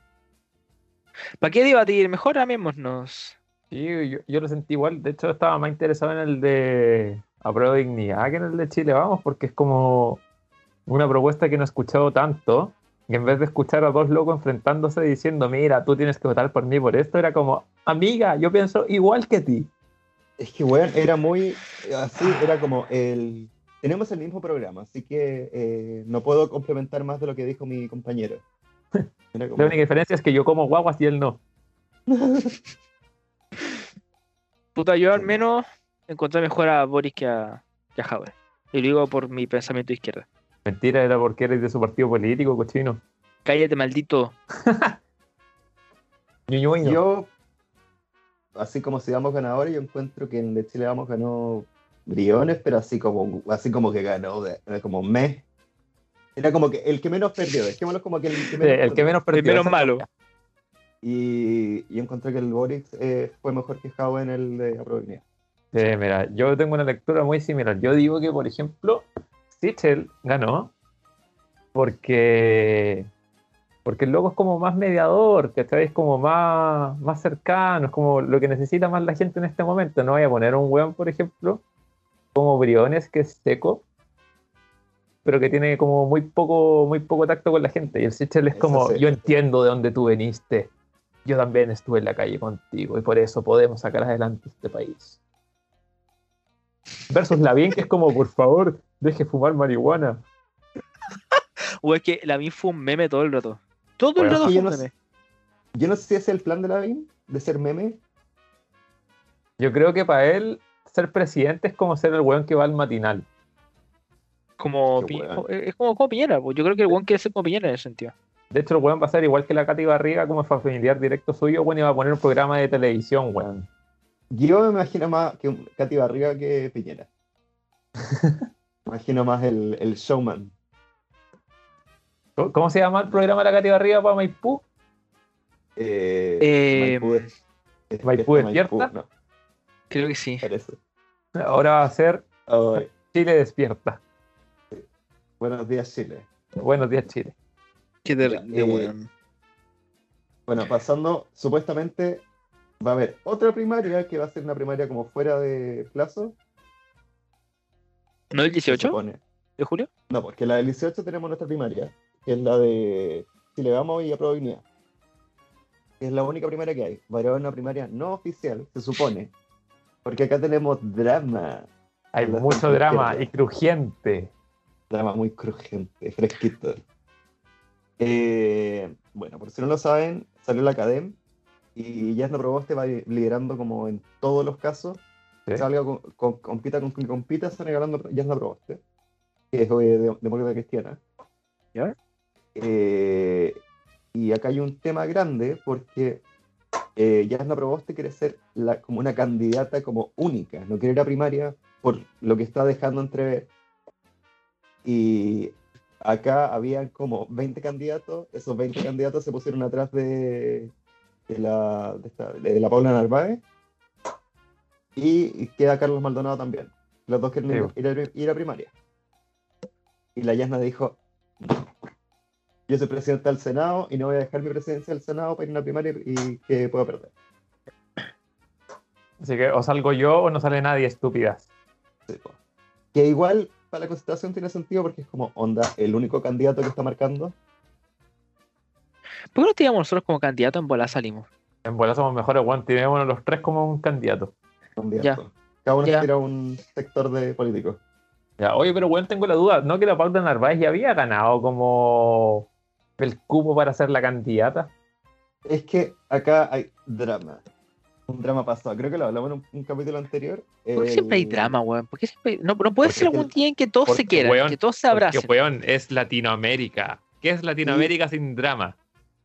B: ¿Para qué debatir? Mejor amémonos.
D: Sí, yo, yo lo sentí igual. De hecho, estaba más interesado en el de A Prueba de Dignidad que en el de Chile Vamos, porque es como una propuesta que no he escuchado tanto. Que en vez de escuchar a dos locos enfrentándose diciendo, mira, tú tienes que votar por mí por esto, era como, amiga, yo pienso igual que ti.
A: Es que, weón, era muy... Así, era como el... Tenemos el mismo programa, así que eh, no puedo complementar más de lo que dijo mi compañero. Era como-
D: La única diferencia es que yo como guaguas y él no.
B: Puta, yo al
A: Sí.
B: menos encontré mejor a Boris que a, que a Jaude. Y lo digo por mi pensamiento de izquierda.
D: Mentira, era porque eres de su partido político, cochino.
B: Cállate, maldito.
D: Ñuñuño.
A: Yo, así como si vamos ganadores, yo encuentro que en el de Chile vamos ganó Briones, pero así como, así como que ganó, de- era como me. Era como que el que menos perdió, dejémoslo como que el que menos,
D: Eh, el que menos perdió.
B: El menos
D: esa-
B: malo.
A: Y, y encontré que el Boric eh, fue mejor que Jao en el de la probabilidad.
D: Sí, mira, yo tengo una lectura muy similar. Yo digo que, por ejemplo, Sichel ganó porque, porque el loco es como más mediador, ¿cachai? Es como más, más cercano, es como lo que necesita más la gente en este momento. No voy a poner un weón, por ejemplo, como Briones, que es seco, pero que tiene como muy poco, muy poco tacto con la gente. Y el Sichel es
A: Eso
D: como,
A: sí.
D: yo entiendo de dónde tú viniste. Yo también estuve en la calle contigo y por eso podemos sacar adelante este país. Versus la bien que es como, por favor, deje fumar marihuana.
B: O es que la fue un meme todo el rato. Todo
D: Bueno,
B: el rato eh.
A: es que
B: fue
A: yo
B: un
A: no
B: meme.
A: sé- Yo no sé si ese es el plan de la BIM, de ser meme.
D: Yo creo que para él ser presidente es como ser el weón que va al matinal.
B: Como
A: Qué
B: Pi-
A: weón.
B: es como, como Piñera. pues. Yo creo que el buen quiere ser como Piñera en ese sentido.
D: De hecho, el weón va a ser igual que la Katy Barriga, como familiar directo suyo, weón, y va a poner un programa de televisión, weón.
A: Yo me imagino más que un Katy Barriga que Piñera. Me imagino más el, el showman.
D: ¿Cómo- ¿Cómo se llama el programa de la Katy Barriga para Maipú?
A: Eh,
B: Eh,
A: Maipú es- es-
D: Maipú
A: es
D: despierta.
A: no,
B: Creo que sí.
A: era eso.
D: Ahora va a ser
A: Ay,
D: Chile despierta.
A: buenos días, Chile.
D: Buenos días, Chile.
B: Qué eh,
A: terrible, weón. Bueno, pasando, supuestamente va a haber otra primaria que va a ser una primaria como fuera de plazo.
B: ¿No el
A: se
B: 18
A: supone.
B: de julio?
A: No, porque la del 18 tenemos nuestra primaria, que es la de Chile Vamos y Aprueba Dignidad. Que es la única primaria que hay. Va a haber una primaria no oficial, se supone. Porque acá tenemos drama.
D: Hay
A: Hola.
D: mucho drama y crujiente.
A: drama muy crujiente, fresquito. Eh, bueno, por si no lo saben, salió la Academ y Yasna Proboste va liderando como en todos los casos.
D: Sí.
A: Salga con, con- compita con quien compita, está regalando Yasna Proboste, que es eh, de- demócrata cristiana.
B: Ya.
A: Eh, y acá hay un tema grande porque eh, Yasna Proboste quiere ser la- como una candidata como única, no quiere ir a primaria por lo que está dejando entrever. Y acá habían como 20 candidatos, esos 20 candidatos se pusieron atrás de, de la, de, esta- de la Paula Narváez y queda Carlos Maldonado también. Los dos quieren
C: Sí,
A: ir-
C: bo.
A: ir, a, pri- ir a primaria. Y la Yasna dijo, yo soy presidente del Senado y no voy a dejar mi presidencia del Senado para ir a una primaria y que pueda perder.
C: Así que o salgo yo o no sale nadie, estúpidas.
A: Que igual para la Constitución tiene sentido porque es como, onda, el único candidato que está marcando.
B: ¿Por qué no teníamos nosotros como candidato en bola salimos?
C: En bola somos mejores, weón. Tenemos los tres como un candidato.
A: candidato. Cada uno
B: Ya.
A: tira un sector de político.
C: Ya, oye, pero weón, tengo la duda. ¿No que la Paula Narváez ya había ganado como el cubo para ser la candidata?
A: Es que acá hay drama. Un drama pasado. Creo que lo hablamos en un, un capítulo anterior.
B: ¿Por qué siempre hay
A: El-
B: drama, weón? ¿Por qué siempre hay- No, no puede
A: Eh, Porque
B: ser
A: es el-
B: algún día en que todos se
A: porque,
B: quieran,
D: weón,
B: que todos se
D: Porque,
B: abracen.
D: weón, es Latinoamérica. ¿Qué es Latinoamérica sin drama?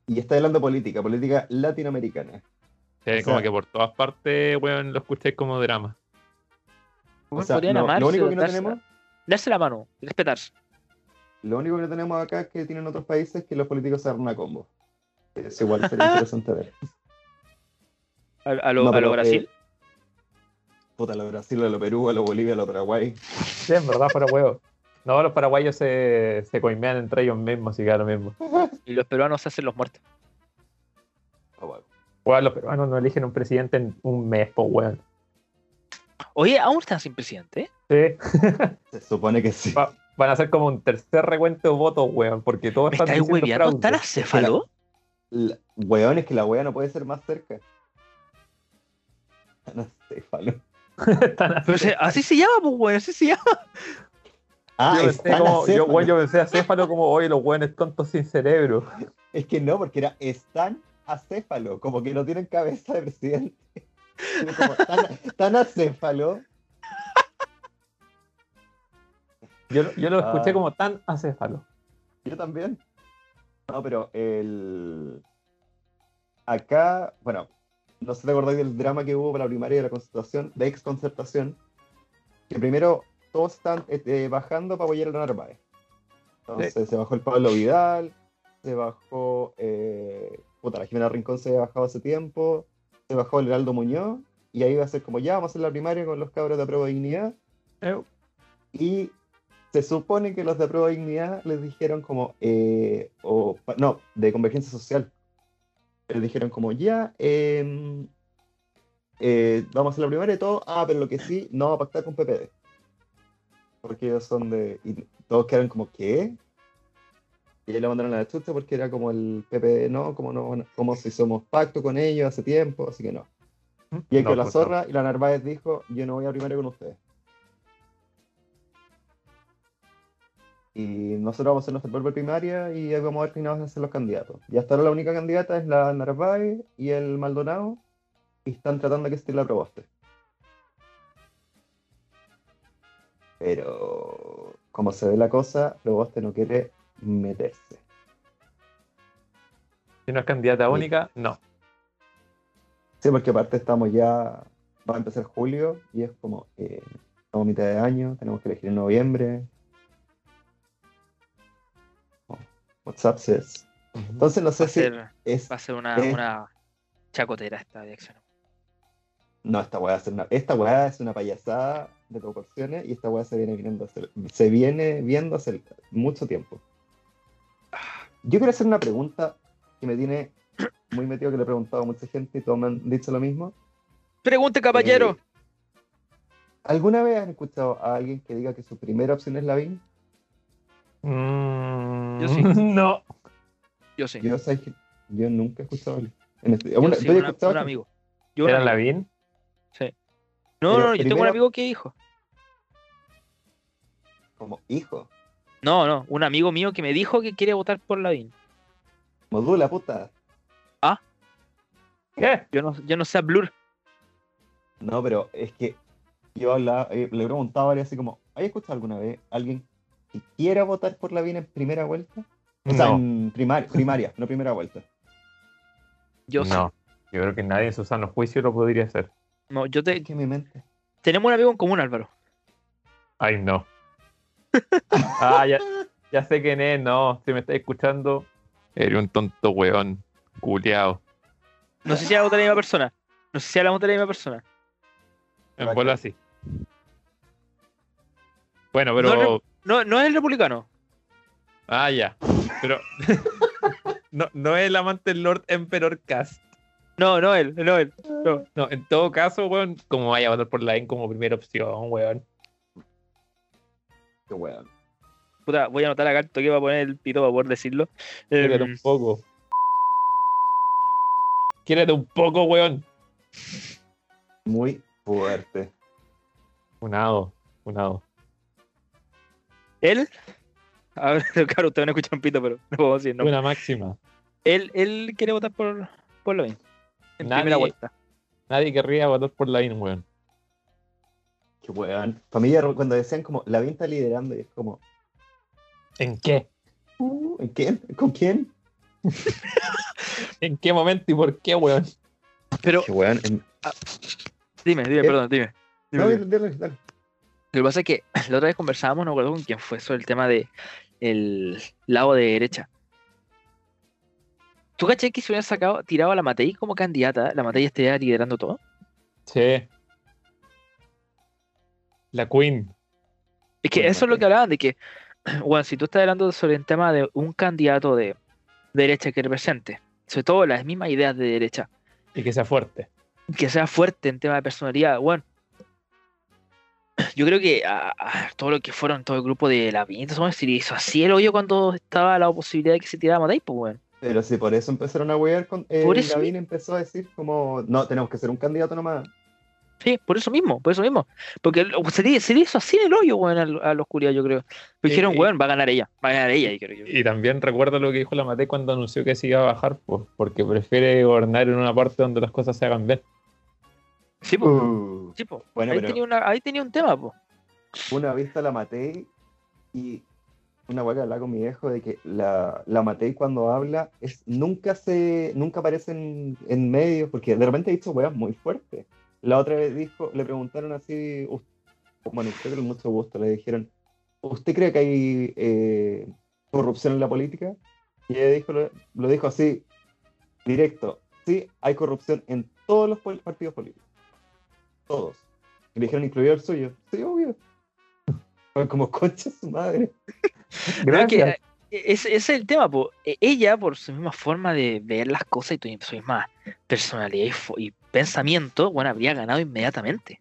A: Y está hablando política, política latinoamericana.
D: O sea,
A: O sea-
D: como que por todas partes, weón, lo escuché como drama.
A: O
B: Weón,
A: sea,
B: podrían
A: no,
B: amarse,
A: lo único que no
B: darse-
A: tenemos,
B: Darse la mano, respetarse.
A: lo único que no tenemos acá que tienen otros países es que los políticos se arman a combo. Es igual sería interesante ver.
B: A, a lo,
A: No,
B: a lo
A: pero,
B: Brasil.
A: eh, puta, a lo Brasil, a lo Perú, a lo Bolivia, a lo Paraguay.
C: Sí, en verdad, fuera huevo. No, los paraguayos se, se coimean entre ellos mismos y queda lo mismo.
A: Oh,
B: Y los peruanos se hacen los muertos.
A: Ah, bueno.
C: Weón, los peruanos no eligen un presidente en un mes, po, weón.
B: Oye, aún están sin presidente. ¿eh?
C: Sí,
A: Se supone que sí.
C: va- van a ser como un tercer recuento de votos, weón, porque todos
B: ¿Me
C: están
B: estáis
C: diciendo
B: hueveando?
C: fraude.
B: ¿Están acéfalo?
A: La- Weón, es que la wea no puede ser más cerca. Anacéfalo.
C: Están
B: Pero se- así se llama, pues, weón, así se llama.
A: Ah,
C: yo, pensé
A: está
C: como, yo,
A: anacéfalo.
C: weón, yo pensé acéfalo como, oye, los weones tontos sin cerebro.
A: Es que no, porque era están acéfalo, como que no tienen cabeza de presidente. Era Como, tan, tan acéfalo.
C: Yo, yo lo escuché
A: Ah.
C: como tan acéfalo.
A: Yo también. No, pero el. Acá, bueno, no sé te acordáis del drama que hubo para la primaria de la concertación, de exconcertación, que primero todos están eh, eh, bajando para apoyar a la Narváez. Entonces se bajó el Pablo Vidal, se bajó. eh, puta, la Jimena Rincón se había bajado hace tiempo, se bajó el Heraldo Muñoz, y ahí va a ser como ya, vamos a hacer la primaria con los cabros de Apruebo Dignidad.
C: Eh,
A: Y se supone que los de prueba de dignidad les dijeron como, eh, o, pa- no, de convergencia social. Les dijeron como, ya, em, eh, vamos a hacer la primaria y todo, ah, pero lo que sí, no va a pactar con PPD. Porque ellos son de... Y todos quedaron como, ¿qué? Y ahí lo mandaron a la chucha porque era como el PPD, no, como no, van a- como si somos pacto con ellos hace tiempo, así que no. Y ahí
C: No,
A: quedó la
C: pues,
A: zorra y la Narváez dijo, yo no voy a primaria con ustedes. Y nosotros vamos a hacer nuestra propia primaria y ahí vamos a ver quiénes van a ser los candidatos. Y hasta ahora la única candidata es la Narváez y el Maldonado y están tratando de que se la probaste. Pero como se ve la cosa, Proboste no quiere meterse.
C: Si no es candidata única, no.
A: Sí, porque aparte estamos ya, va a empezar julio y es como, eh, estamos a mitad de año, tenemos que elegir en noviembre. Oh, WhatsApp says. Entonces no
B: Va
A: sé
B: a
A: si
B: ser,
A: es...
B: va a ser una,
A: eh.
B: una chacotera esta dirección.
A: No, esta weá, va a ser una, esta weá es una payasada de proporciones y esta weá se viene, viendo hace, se viene viendo hace mucho tiempo. Yo quiero hacer una pregunta que me tiene muy metido, que le he preguntado a mucha gente y todos me han dicho lo mismo.
B: Pregunte, caballero.
A: Eh, ¿Alguna vez han escuchado a alguien que diga que su primera opción es Lavín?
C: Mm,
B: Yo sí.
C: No.
B: yo sé.
A: Yo, sabes que yo nunca he escuchado a alguien. En este-
B: Yo
A: una-
B: sí,
A: yo he
B: una-
A: escuchado
B: un
A: que-
B: amigo. Yo un
C: ¿Era
B: amigo.
C: Lavín?
B: No, no,
A: Pero
B: no, yo tengo un
A: primero-
B: amigo que dijo.
A: como hijo.
B: No, no, un amigo mío que me dijo que quiere votar por Lavín.
A: Modula, puta.
C: ¿Qué?
B: Yo no, yo no sé a Blur.
A: No, pero es que yo hablaba- eh, le he preguntado a varios así como, ¿hay escuchado alguna vez a alguien que quiera votar por Lavín en primera vuelta? O sea,
C: No.
A: en primar- primaria, no primera vuelta.
B: Yo sé.
D: no.
C: Yo creo que nadie en su sano juicio lo podría hacer.
B: No, yo te...
A: Es que mi mente.
B: Tenemos un amigo en común, Álvaro.
C: Ay, no. Ah, ya, ya sé quién es, no. Si me está escuchando,
D: Eres un tonto weón, culeado.
B: No sé si hablamos de la misma persona. No sé si hablamos de la misma persona.
D: En bola así. Bueno, pero.
B: No, No, no es el republicano.
D: Ah, ya. Pero. no, no es el amante del Lord Emperor Cast.
B: No, no él, no él.
D: No, en todo caso, weón, como vaya a votar por la EN como primera opción, weón.
A: Qué weón.
B: Puta, voy a anotar acá el toque para poner el pito para poder decirlo. Eh,
D: Quédate un poco. Quédate un poco, weón.
A: Muy fuerte.
D: Unado, unado.
B: él. A ver, claro, ustedes no escuchan pito, pero no puedo decir, no.
D: Una máxima.
B: Él, él quiere votar por, por Lavín. En
D: Nadie-
B: primera vuelta.
D: Nadie querría votar por la EN, weón.
A: Qué weón. Familia, cuando decían como, la venta liderando, y es como,
D: ¿En qué?
A: uh, ¿en quién? ¿Con quién?
D: ¿En qué momento y por qué, weón?
B: Pero,
A: Qué weón. en-
B: dime, dime,
A: Eh,
B: perdón, dime. Dime,
A: No,
B: dime.
A: dale, dale, dale.
B: Lo que pasa es que la otra vez conversábamos, no me acuerdo con quién fue, sobre el tema de el lado de derecha. ¿Tú caché que se hubieran sacado, tirado a la Matei como candidata? La Matei estaría liderando todo.
D: Che. La Queen.
B: Es que
A: Pues,
B: eso es lo
A: Matei.
B: que hablaban, de que, bueno, si tú estás hablando sobre el tema de un candidato de derecha que represente, sobre todo las mismas ideas de derecha,
D: Y que sea fuerte.
B: que sea fuerte en tema de personalidad, bueno. Yo creo que a, a todo lo que fueron, todo el grupo de la Pinta, somos si le hizo así el hoyo cuando estaba la posibilidad de que se tirara Matei, pues, weón.
A: Pero si por eso empezaron a wear con. Eh,
B: Por eso-
A: Lavín empezó a decir como, no, tenemos que ser un candidato nomás.
B: Sí, por eso mismo, por eso mismo. Porque el- se le, se le hizo así en el hoyo, weón, a, lo- a los culiados, yo creo. Pero dijeron,
D: Eh, eh.
B: weón, va a ganar ella, va a ganar ella, yo creo yo.
D: Y también recuerda lo que dijo la Mate cuando anunció que se iba a bajar, pues, porque prefiere gobernar en una parte donde las cosas se hagan bien.
B: Sí, po,
A: Uh,
B: sí, po.
A: Bueno,
B: ahí,
A: pero-
B: tenía una- ahí tenía un tema, po.
A: Una vista la maté y una hueá que hablaba con mi viejo de que la, la maté cuando habla es nunca se nunca aparece en, en medios porque de repente ha dicho weas muy fuertes. La otra vez dijo, le preguntaron así, us- bueno, creo que con mucho gusto, le dijeron, ¿usted cree que hay eh, corrupción en la política? Y ella dijo, lo, lo dijo así, directo, sí, hay corrupción en todos los pol- partidos políticos. Todos. Y le dijeron, incluido el suyo. Sí, obvio. Fue como concha su madre.
B: Pero es que,
C: Gracias.
B: eh, ese ese es el tema, po. E- Ella, por su misma forma de ver las cosas y tu- su misma personalidad y, fo- y pensamiento, bueno, habría ganado inmediatamente.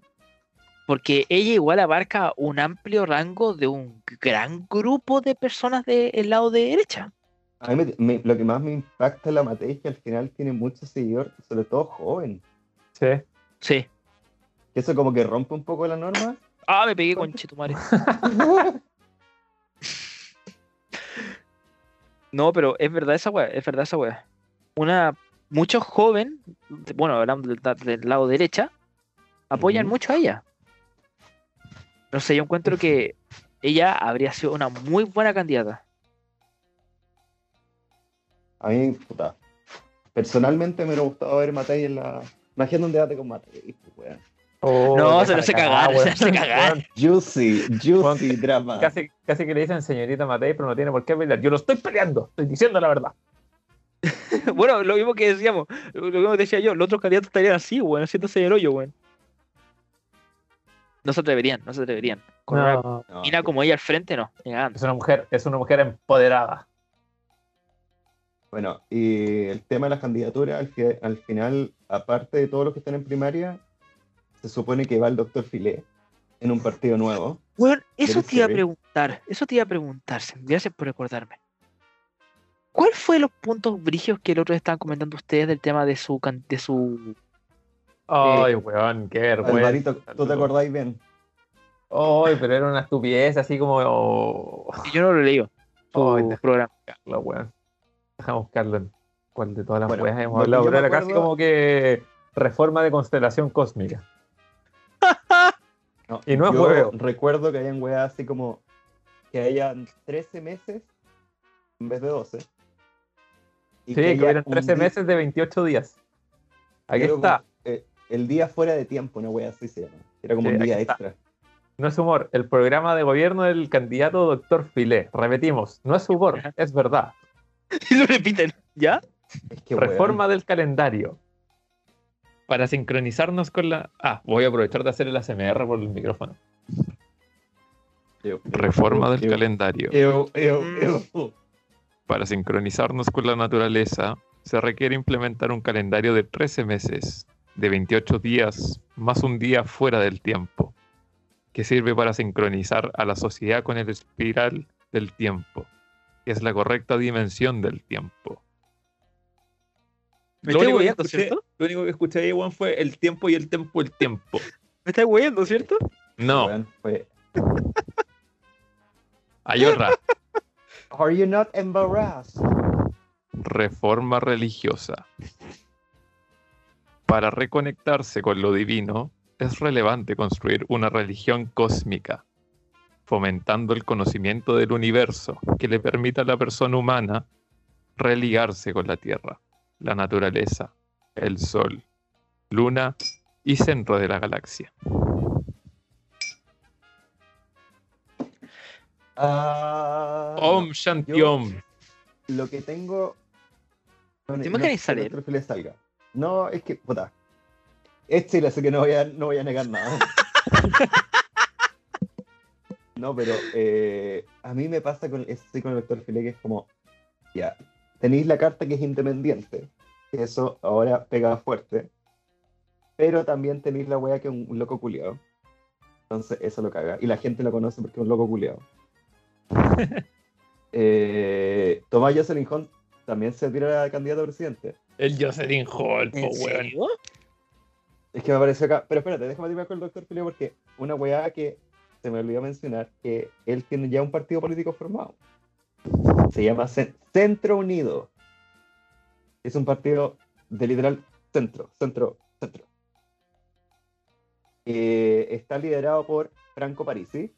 B: Porque ella igual abarca un amplio rango de un gran grupo de personas del lado de derecha.
A: A mí me- me- lo que más me impacta de la Matei es que al final tiene muchos seguidores, sobre todo joven.
C: Che.
B: Sí.
A: Que eso como que rompe un poco la norma.
B: Ah, me pegué con Chetumare. No, pero es verdad esa weá, es verdad esa weá. Una, muchos jóvenes, bueno, hablando del, da- del lado derecha, apoyan
A: Ujú.
B: mucho a ella. No sé, yo encuentro que ella habría sido una muy buena candidata.
A: A mí, puta. Personalmente me hubiera gustado ver Matei en la. Imagínate un debate con Matei. pues, weón.
C: Oh,
B: no,
C: déjala
B: se lo hace
C: cagar,
B: cagar, se lo
C: weón.
B: hace cagar.
A: Juicy, juicy drama.
C: Casi, casi que le dicen señorita Matei, pero no tiene por qué pelear. Yo no estoy peleando, estoy diciendo la verdad.
B: bueno, lo mismo que decíamos, lo mismo que decía yo, los otros candidatos estarían así, weón, haciéndose el hoyo, weón. No se atreverían, no se atreverían. Con una
C: No,
A: No,
B: mina como ella al frente, no, ni cagando.
C: Es una mujer, es una mujer empoderada.
A: Bueno, y el tema de las candidaturas, al, fi- al final, aparte de todos los que están en primaria, se supone que va el doctor Filé en un partido nuevo.
B: Bueno, eso
A: Del
B: te iba a
A: CV.
B: preguntar, eso te iba a preguntar, Sam, gracias por recordarme. ¿Cuál fue los puntos brigios que el otro día estaban comentando ustedes del tema de su can- de su
C: Ay, weón, qué vergüenza.
A: Alvarito, ¿tú te acordáis bien?
C: Ay, pero era una estupidez así como. oh,
B: que yo no lo leí su
C: Ay, te-
B: programa?
C: buscarlo, weón. Déjame buscarlo. en ¿Cuál de todas las
A: Bueno,
C: weas hemos
A: lo que
C: hablado?
A: yo
C: Pero
A: me
C: era casi
A: acuerdo-
C: como que reforma de constelación cósmica.
A: No,
C: Y no es
A: yo
C: hueveo.
A: Recuerdo que hayan weas así como que hayan 13 meses en vez de 12.
C: Sí,
A: Y
C: que
A: haya
C: hubieran
A: un
C: 13
A: di-
C: meses de 28 días. Aquí
A: Era
C: está.
A: como, eh, el día fuera de tiempo, una wea así se llama. Era como
C: Sí,
A: un día
C: aquí está.
A: extra.
C: No es humor, el programa de gobierno del candidato doctor Filé. Repetimos, no es humor, es verdad.
B: Y lo repiten, ¿ya?
A: Es que, weón,
C: Reforma del calendario.
D: Para sincronizarnos con la. Ah, voy a aprovechar de hacer el ASMR por el micrófono.
A: yo- yo-
D: Reforma del
A: yo-
D: calendario.
A: yo- yo- yo-
D: Para sincronizarnos con la naturaleza, se requiere implementar un calendario de 13 meses, de 28 días, más un día fuera del tiempo, que sirve para sincronizar a la sociedad con el espiral del tiempo, que es la correcta dimensión del tiempo.
B: Me estáis hueando, ¿cierto?
D: lo único que escuché ahí, Juan, fue el tiempo y el tiempo, el tiempo.
B: Me estáis hueando, ¿cierto?
D: No,
A: weón, fue,
D: Ayorra,
A: Are you not embarrassed?
D: reforma religiosa. Para reconectarse con lo divino, es relevante construir una religión cósmica, fomentando el conocimiento del universo que le permita a la persona humana religarse con la Tierra, la naturaleza, el Sol, Luna y centro de la galaxia.
A: Ah,
D: Om Shanti
A: yo-
D: Om.
A: Lo que tengo. Bueno,
B: ¿Te
A: no
B: imaginas
A: es que
B: salir?
A: el otro le salga. No, es que, puta. Es Chile, así que no voy a, no voy a negar nada. no, pero eh, a mí me pasa con, estoy con el doctor Filé que es como, ya, tenéis la carta que es independiente, que eso ahora pega fuerte, pero también tenéis la wea que es un, un loco culiado. Entonces eso lo caga. Y la gente lo conoce porque es un loco culiado. eh, Tomás Jocelyn Hunt también se tira a candidato a presidente.
D: El Jocelyn Hall, po, weón.
A: Es que me apareció acá. Pero espérate, déjame irme con el doctor Filio porque una weá que se me olvidó mencionar, que él tiene ya un partido político formado. Se llama Cen- Centro Unido. Es un partido de literal centro, centro, centro. Eh, está liderado por Franco Parisi,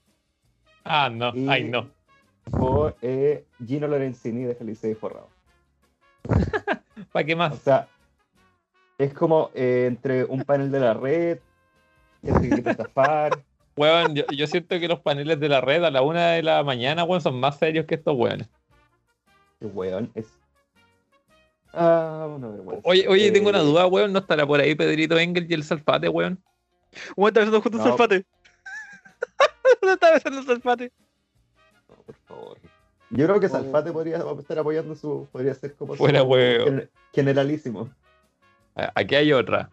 D: Ah, no,
A: Y-
D: ay, no.
A: por eh, Gino Lorenzini de Felice y Forrado.
D: ¿Para qué
A: O
D: más?
A: sea, es como eh, entre un panel de la red, gente que quiere estafar.
D: Weón, yo, yo siento que los paneles de la red a la una de la mañana, weón, son más serios que estos weones.
A: Qué weón, es. Ah, una vergüenza.
D: Oye, oye, tengo una
A: Eh,
D: duda, weón. ¿No estará por ahí Pedrito Engel y el Salfate, weón?
B: ¿Cómo está besando justo
A: No.
B: el salfate? ¿Dónde está besando el salfate?
A: no, por favor. Yo creo que
B: Oh.
A: Salfate podría estar apoyando su. Podría ser como. su-
D: Fuera, weón.
A: gener- generalísimo.
D: A- Aquí hay otra.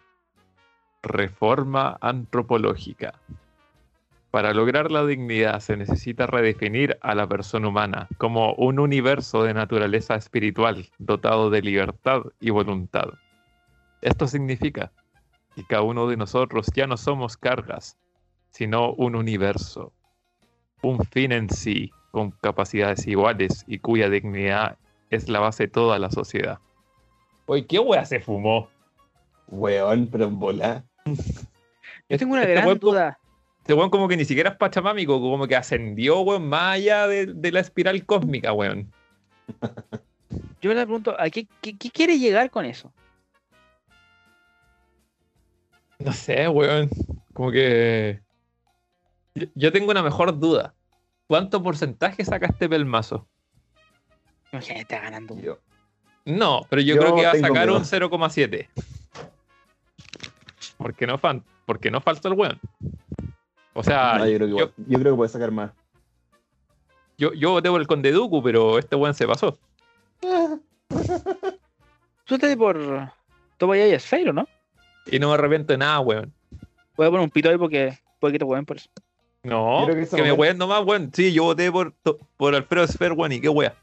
D: Reforma antropológica. Para lograr la dignidad se necesita redefinir a la persona humana como un universo de naturaleza espiritual dotado de libertad y voluntad. Esto significa que cada uno de nosotros ya no somos cargas, sino un universo, un fin en sí, con capacidades iguales y cuya dignidad es la base de toda la sociedad. Oye, ¿qué wea se fumó?
A: Weón, pero en bola.
B: Yo tengo una
D: Este
B: gran
D: weón co-
B: duda.
D: Este weón como que ni siquiera es pachamámico, como que ascendió, weón, más allá de, de la espiral cósmica, weón.
B: Yo le pregunto, ¿a qué, qué, qué quiere llegar con eso?
D: No sé, weón. Como que... Yo, yo tengo una mejor duda. ¿Cuánto porcentaje saca este pelmazo?
B: Imagínate, está ganando.
A: Yo.
D: No, pero yo,
A: Yo
D: creo que va a
A: tengo
D: sacar
A: miedo.
D: un 0,7. Porque no, fan, porque no falta el weón. O sea,
A: No, yo, creo que,
D: Ah, yo,
A: igual- yo creo que puede sacar más.
D: yo, yo voté por el Conde Dooku, pero este weón se pasó.
B: Suéltate por Tobayayas Fail, ¿no?
D: Y no me arrepiento de nada, weón.
B: Voy a poner un pito ahí porque puede que te jueguen por eso.
D: No,
A: Yo creo que
D: que, este
A: ese
D: me
A: momento-
D: weón nomás, weón. Sí, yo voté por, por Alfredo Sfer, weón, y qué wea.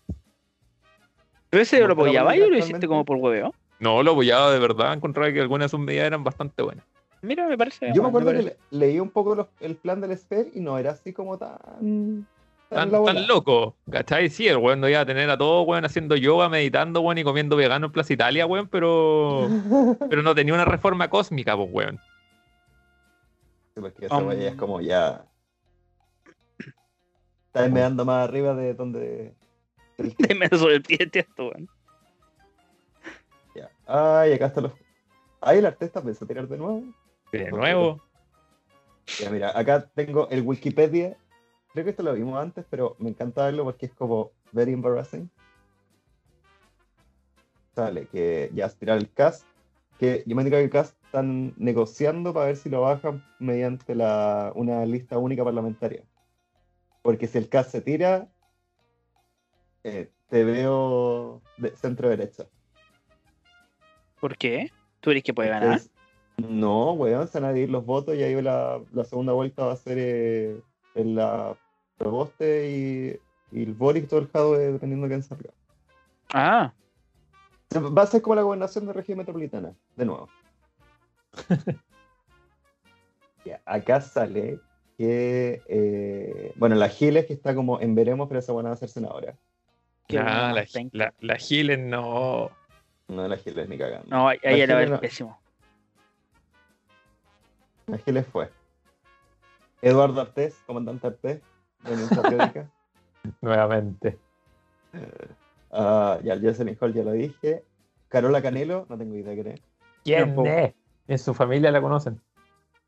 B: Pero ese
A: ¿Cómo
B: lo
A: está la
B: apoyaba y
A: huelga
B: lo hiciste
A: actualmente?
B: como por hueveo.
D: No, lo apoyaba de verdad, encontraba que algunas de sus medidas eran bastante buenas.
B: Mira, me parece.
A: Yo me acuerdo que
B: parece.
A: le- leí un poco los- el plan del Sphere y no era así como tan. tan,
D: Tan,
A: la bola.
D: tan loco, ¿cachai? Sí, el weón no iba a tener a todos, weón, haciendo yoga, meditando, weón, y comiendo vegano en Plaza Italia, weón, pero, pero no tenía una reforma cósmica, pues, weón.
A: Sí, porque esa
B: Um.
A: wea ya es como ya. Estás meando más arriba de donde.
B: Deme sobre el pie, tío, esto, weón.
A: Ya. Ay, acá están los Ahí el artista pensó tirar de nuevo.
D: De nuevo.
A: Ya, mira, acá tengo el Wikipedia. Creo que esto lo vimos antes, pero me encanta verlo porque es como very embarrassing. Sale que ya tirar el cast. Que yo me digo que el cast están negociando para ver si lo bajan mediante la, una lista única parlamentaria. Porque si el cast se tira, eh, te veo de centro derecha.
B: ¿Por qué? ¿Tú crees que puede ganar?
A: Es- no, weón, se van a dividir los votos y ahí la, la segunda vuelta va a ser eh, en la Proboste y, y el Boris todo el jado, eh, dependiendo de quién salga.
B: Ah,
A: Se- Va a ser como la gobernación de región metropolitana, de nuevo. Ya, acá sale que, eh, bueno, la Giles que está como en veremos, pero esa buena va a ser senadora.
B: qué
D: Ah,
B: bueno,
D: la,
B: thank-
D: la, la Giles no.
A: No, la Giles ni cagando.
B: No, ahí ahí
A: la
B: le
A: Giles
B: va a ver
A: no.
B: pésimo.
A: La Giles fue. Eduardo Artés, comandante Artés, de nuestra periódica.
C: Nuevamente.
A: Ah, ya, Jocelyn Hall ya lo dije. Carola Canelo, no tengo idea quién es.
C: ¿Quién
B: Tampoco.
C: es? En su familia la conocen.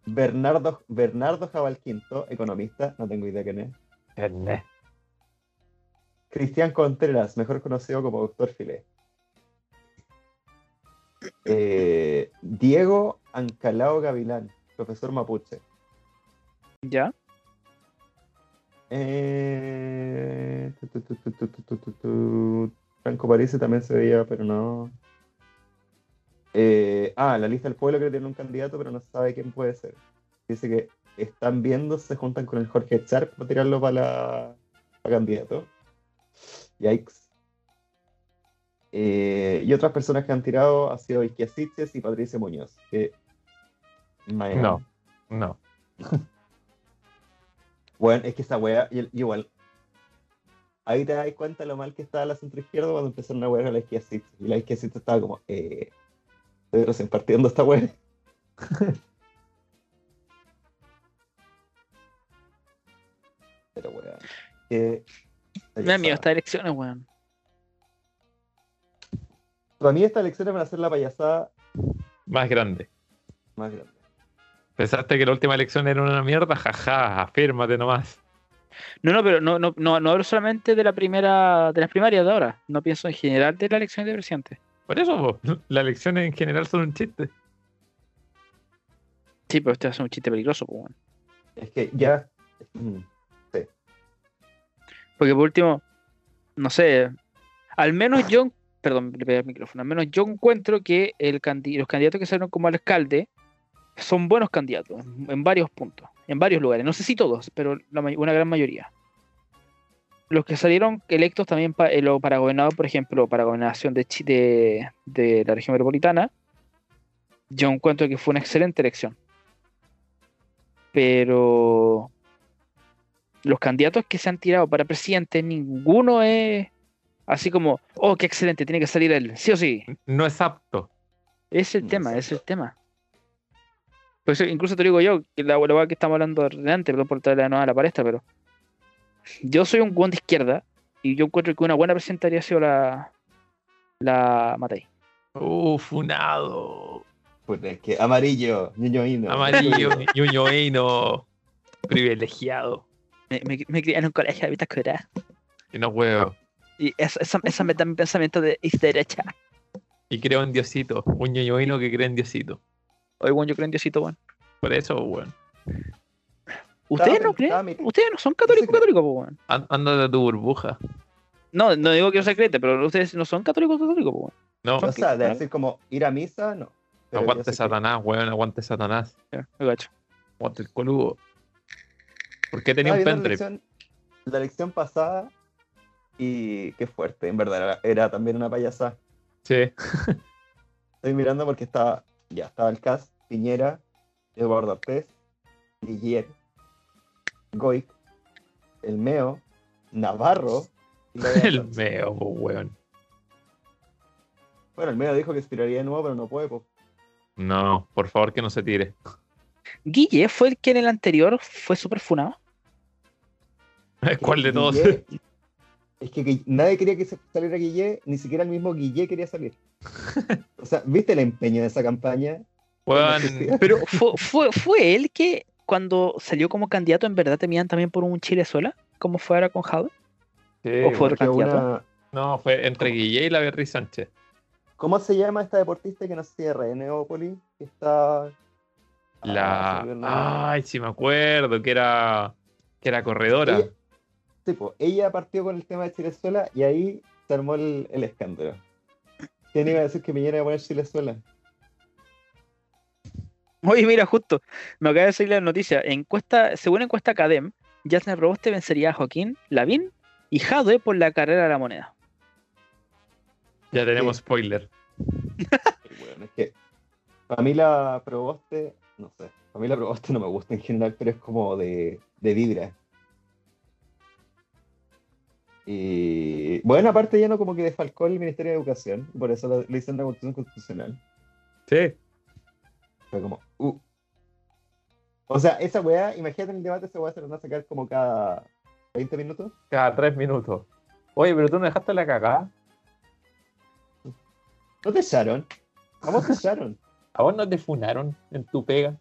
A: Bernardo, Bernardo Jabal Quinto, economista, no tengo idea quién es.
C: ¿Quién es?
A: Cristian Contreras, mejor conocido como Doctor Filé. Eh, Diego Ancalao Gavilán, profesor mapuche.
B: ¿Ya?
A: Eh, tu, tu, tu, tu, tu, tu, tu, tu, tu. Franco Parisi también se veía, pero no. Eh, ah, la lista del pueblo creo que tiene un candidato, pero no sabe quién puede ser. Dice que están viendo, se juntan con el Jorge Sharp para tirarlo para, la, para candidato. Yikes. Eh, y otras personas que han tirado ha sido Isquia Sitges y Patricia Muñoz. que- Man.
C: No, no.
A: Bueno, es que esa wea, y- y igual. Ahí te das cuenta lo mal que estaba la centro izquierda cuando empezaron a wear a la izquierda. Y la izquierda estaba como, eh, estoy recién partiendo esta wea. Pero wea. eh,
B: Me da miedo
A: payasada.
B: estas elecciones, weón.
A: Para mí estas elecciones van a ser la payasada
D: Más grande.
A: más grande.
D: Pensaste que la última elección era una mierda, jaja, afírmate nomás.
B: No, no, pero no, no, no, no hablo solamente de la primera, de las primarias de ahora. No pienso en general de la elección de presidente.
D: Por eso, po, las elecciones en general son un chiste.
B: Sí, pero usted hace un chiste peligroso, pues, weón.
A: Es que ya. mm,
B: Porque por último, no sé, al menos yo, perdón, le pegué el micrófono, al menos yo encuentro que el candi- los candidatos que salieron como alcalde son buenos candidatos en varios puntos, en varios lugares. No sé si todos, pero la may- una gran mayoría. Los que salieron electos también pa- eh, lo- para gobernador, por ejemplo, para gobernación de, Chi- de, de la región metropolitana, yo encuentro que fue una excelente elección. Pero los candidatos que se han tirado para presidente, ninguno es así como, oh, qué excelente, tiene que salir él, sí o sí.
D: No es apto.
B: Es el
A: No,
B: tema, es
A: exacto.
B: el tema. Por eso, incluso te digo yo, que la huevada que estamos hablando delante, perdón por traerla de nuevo a la palestra, pero yo soy un guan de izquierda y yo encuentro que una buena presidenta habría sido la, la Matei.
D: Uh, funado.
A: Pues es que amarillo, niño hino.
D: Amarillo, ñoñoino, privilegiado.
B: Me, me, me crié en un colegio de vistas coloradas
D: Y no huevo.
B: y esa, esa, esa me da mi pensamiento de derecha.
D: Y creo en Diosito. Un ñoñoino que cree en Diosito.
B: Oye, bueno, yo creo en Diosito, bueno.
D: Por eso, weón.
B: ¿Ustedes no
A: Estaba- estaba
B: creen?
A: mir-
B: ¿Ustedes no son católicos
A: cree.
B: católicos, pues, bueno?
D: An- Ándate a tu burbuja.
B: No, no digo que no se creyente, pero ustedes no son católicos católicos, po, weón.
D: No,
A: O sea, de decir como ir a misa, no. Pero yo
D: aguante
A: sé que-
D: Satanás, weón. Aguante Satanás.
B: Ya, me cacho.
D: Aguante el coludo. ¿Por qué tenía un
A: Estaba viendo
D: pendrive?
A: La elección, la elección pasada y qué fuerte, en verdad, era, era también una payasada.
D: Sí.
A: Estoy mirando porque estaba, ya estaba el cast, Piñera, Eduardo Artés, Guillier, Goic, El Meo, Navarro. y la Bea
D: El
A: Sanz.
D: meo, po, weón.
A: Bueno, el Meo dijo que se tiraría de nuevo, pero no puede. po.
D: No, por favor que no se tire.
B: Guille fue el que en el anterior fue súper funado.
D: ¿Cuál de todos?
A: Guillier- Es que, Guille- nadie quería que se- saliera Guille, ni siquiera el mismo Guille quería salir. O sea, ¿viste el empeño de esa campaña?
D: Weón,
B: Pero fue, fue, fue él que cuando salió como candidato, en verdad temían también por un Chile sola, como fue ahora con Jado.
C: Sí,
B: O fue-
A: Porque
B: candidato?
A: una-
D: no, fue entre Guille y la Beatriz Sánchez.
A: ¿Cómo se llama esta deportista que no sé si es Reneópolis? Que está. Ah, se
D: La. Ah.
A: me olvidó el nombre.
D: Ay, sí me acuerdo, que era. Que era corredora.
A: Ella, sí, po, ella partió con el tema de Chilezuela y ahí se armó el, el escándalo. ¿Quién iba a decir que me iba a poner Chilezuela?
B: Oye, mira, justo, me acaba de salir la noticia. Encuesta, según encuesta Cadem, Jasner Roboste vencería a Joaquín, Lavín y Jadwe por la carrera de la moneda.
D: Ya tenemos
A: Sí.
D: spoiler.
A: Y bueno, es que para mí la Proboste, no sé, para mí la Proboste no me gusta en general, pero es como de, de vibra. Y bueno, aparte ya no como que desfalcó el Ministerio de Educación, y por eso lo- le hicieron la Constitución Constitucional.
D: Sí.
A: Fue como, uh. O sea, esa weá, imagínate en el debate, esa weá se la van a sacar como cada 20 minutos.
C: Cada tres minutos. Oye, pero tú no dejaste la cagada.
A: ¿No te echaron? ¿Cómo te echaron?
C: ¿A vos no te funaron en tu pega?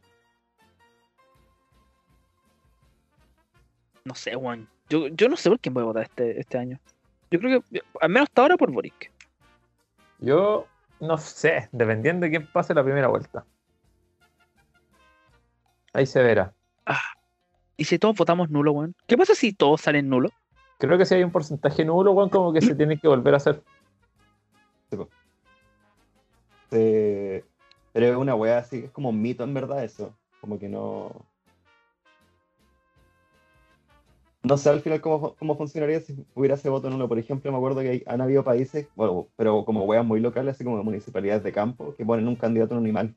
B: No sé, Juan. Yo, yo no sé por quién voy a votar este, este año. Yo creo que, al menos hasta ahora, por Boric.
C: Yo no sé, dependiendo de quién pase la primera vuelta. Ahí se verá.
B: ¿Y si todos votamos nulo, Juan? ¿Qué pasa si todos salen nulo?
C: Creo que si hay un porcentaje nulo, weón, como que se tiene que volver a hacer.
A: Se- Pero es una weá así, es como un mito en verdad eso. Como que no. No sé al final cómo, cómo funcionaría si hubiera ese voto nulo. Por ejemplo, me acuerdo que hay- han habido países, bueno, pero como weas muy locales, así como municipalidades de campo, que ponen un candidato un animal.